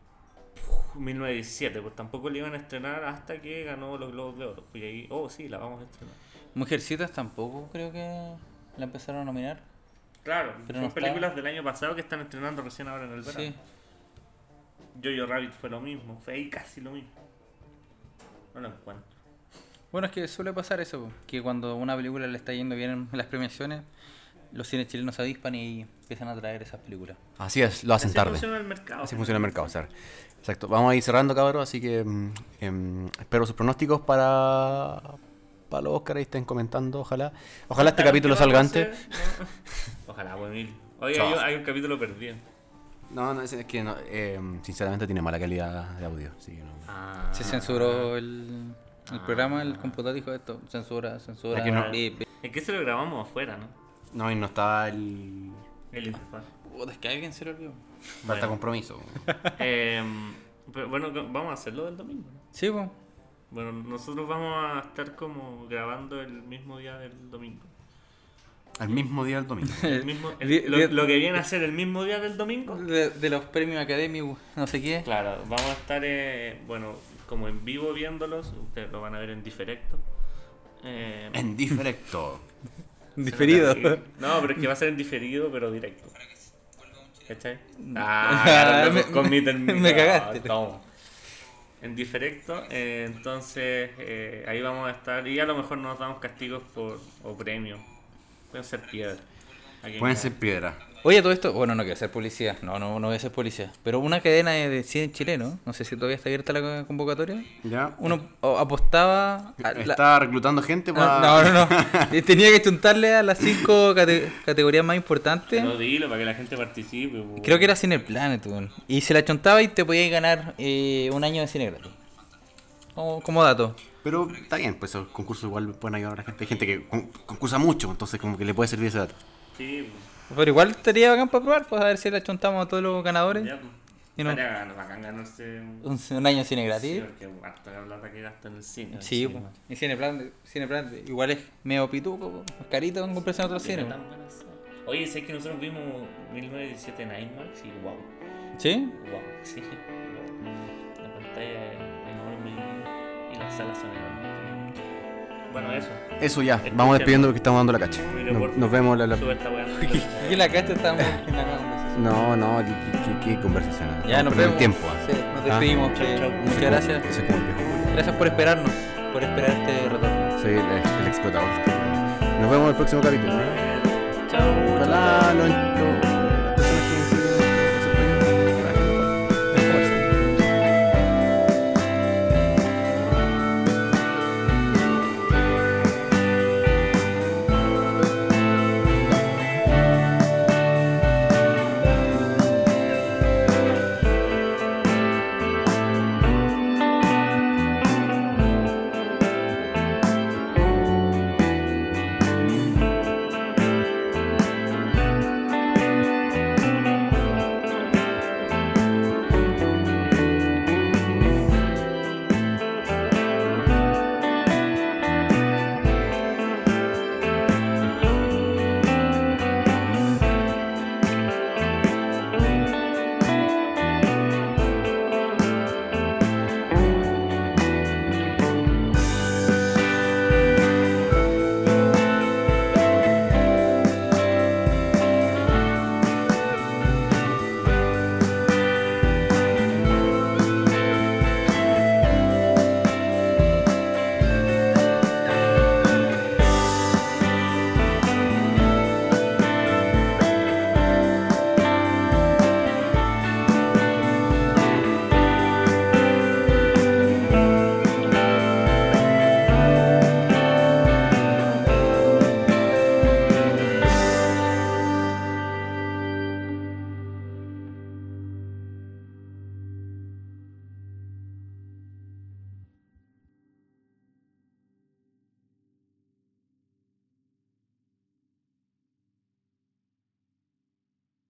S4: 1917, pues tampoco le iban a estrenar hasta que ganó los Globos de Oro. Pues y ahí, oh sí, la vamos a estrenar.
S3: Mujercitas tampoco creo que la empezaron a nominar.
S4: Claro,
S3: Pero
S4: son
S3: no está.
S4: películas del año pasado que están estrenando recién ahora en el verano.
S3: Sí.
S4: Jojo Rabbit fue lo mismo, fue ahí casi lo mismo. No lo encuentro.
S3: Bueno, es que suele pasar eso, po, que cuando una película le está yendo bien en las premiaciones, los cines chilenos se avispan y empiezan a traer esas películas.
S2: Así es, lo hacen
S4: Así
S2: tarde.
S4: funciona el mercado.
S2: Así funciona el mercado, Sar. Exacto. Vamos a ir cerrando, cabros, así que mm, em, espero sus pronósticos para, para los Oscar y estén comentando, ojalá. Ojalá este
S4: Claro,
S2: capítulo
S4: ¿qué
S2: salga
S4: vamos a
S2: antes.
S4: hacer? No. Ojalá, buen mil. Oye, hay, hay un capítulo perdido.
S2: No, no, es es que no, em, sinceramente tiene mala calidad de audio. así que no.
S4: Ah.
S3: Se censuró el, el programa, el computador dijo esto, censura, censura.
S2: Es que no-
S3: clip.
S4: Es que se lo grabamos afuera, ¿no?
S2: No, y no está el.
S3: Ah.
S4: El interfaz.
S3: Puta, es que a alguien se lo olvidó.
S2: Falta compromiso.
S4: Em, pero bueno, vamos a hacerlo del domingo. ¿no?
S3: Sí, pues.
S4: Bueno, nosotros vamos a estar como grabando el mismo día del domingo.
S2: Al mismo día del domingo.
S4: El mismo, el-
S3: Di-
S4: lo,
S3: di-
S4: lo que viene a ser el mismo día del domingo.
S3: De, de los premios académicos, no sé qué.
S4: Claro, vamos a estar, eh, bueno, como en vivo viéndolos. Ustedes lo van a ver en diferecto. Em,
S2: En diferecto.
S3: Diferido.
S4: No, pero es que va a ser en diferido, pero directo. ¿Cachai? Ah,
S3: me-
S4: con mi terminal.
S3: me cagaste.
S4: Toma. En diferecto, eh, entonces eh, ahí vamos a estar. Y a lo mejor nos damos castigos por, o premios. Pueden ser piedras. Aquí
S2: Pueden
S4: no.
S2: ser piedra.
S3: Oye, todo esto, bueno, no quiero hacer publicidad, no, no, no voy a hacer publicidad, pero una cadena de, de cine chileno, no sé si todavía está abierta la co- convocatoria,
S2: Ya.
S3: uno o- apostaba... a la-
S2: Está reclutando gente para.
S3: No,
S4: Ah.
S3: no, no. Eh, Tenía que chuntarle a las cinco cate- categorías más importantes.
S4: No dilo para que la gente participe. po.
S3: Creo que era Cine Planet, weón. Y se la chuntaba y te podías ganar eh, un año de cine gratis. como, como dato.
S2: Pero está bien, pues esos concursos igual pueden ayudar a la gente. Hay gente que con- concursa mucho, entonces como que le puede servir ese dato.
S4: pues. Sí,
S3: Pero igual estaría bacán para probar, pues a ver si le achuntamos a todos los ganadores.
S4: ya. pues.
S3: Y no-
S4: Estaría gan- bacán ganarse un-
S3: Un, un año en cine
S4: Sí,
S3: gratis.
S4: porque harta la plata que gastan en el cine.
S3: Sí, pues. Y Cineplan, Cineplan igual es medio pituco, po. es carito en comparación a otros
S4: Tiene
S3: cines.
S4: tan buenas salas. Oye, sé que nosotros vimos 1917 en IMAX y wow,
S3: ¿Sí?
S4: wow, sí. wow. La pantalla es enorme y- y las salas son enormes. Bueno, eso.
S2: Eso ya,
S4: Escuchen.
S2: vamos despidiendo porque estamos dando la cacha.
S4: Un
S2: No- Nos,
S4: aeropuerto.
S2: vemos la... la-
S4: Sube esta weá.
S3: Y la cacha está muy en la conversación.
S2: No, no, qué, qué- qué- qué conversación.
S3: Ya
S2: Estamos
S3: nos vemos.
S2: perdiendo el tiempo.
S3: Sí, nos
S2: Ah.
S3: despedimos.
S4: Chau,
S3: eh.
S4: chau.
S3: Muchas gracias.
S2: Eso es como el viejo Julio.
S3: Gracias por esperarnos, por esperar este retorno.
S2: Soy el, el explotador. Nos vemos en el próximo capítulo.
S4: Chao.
S2: Ojalá no-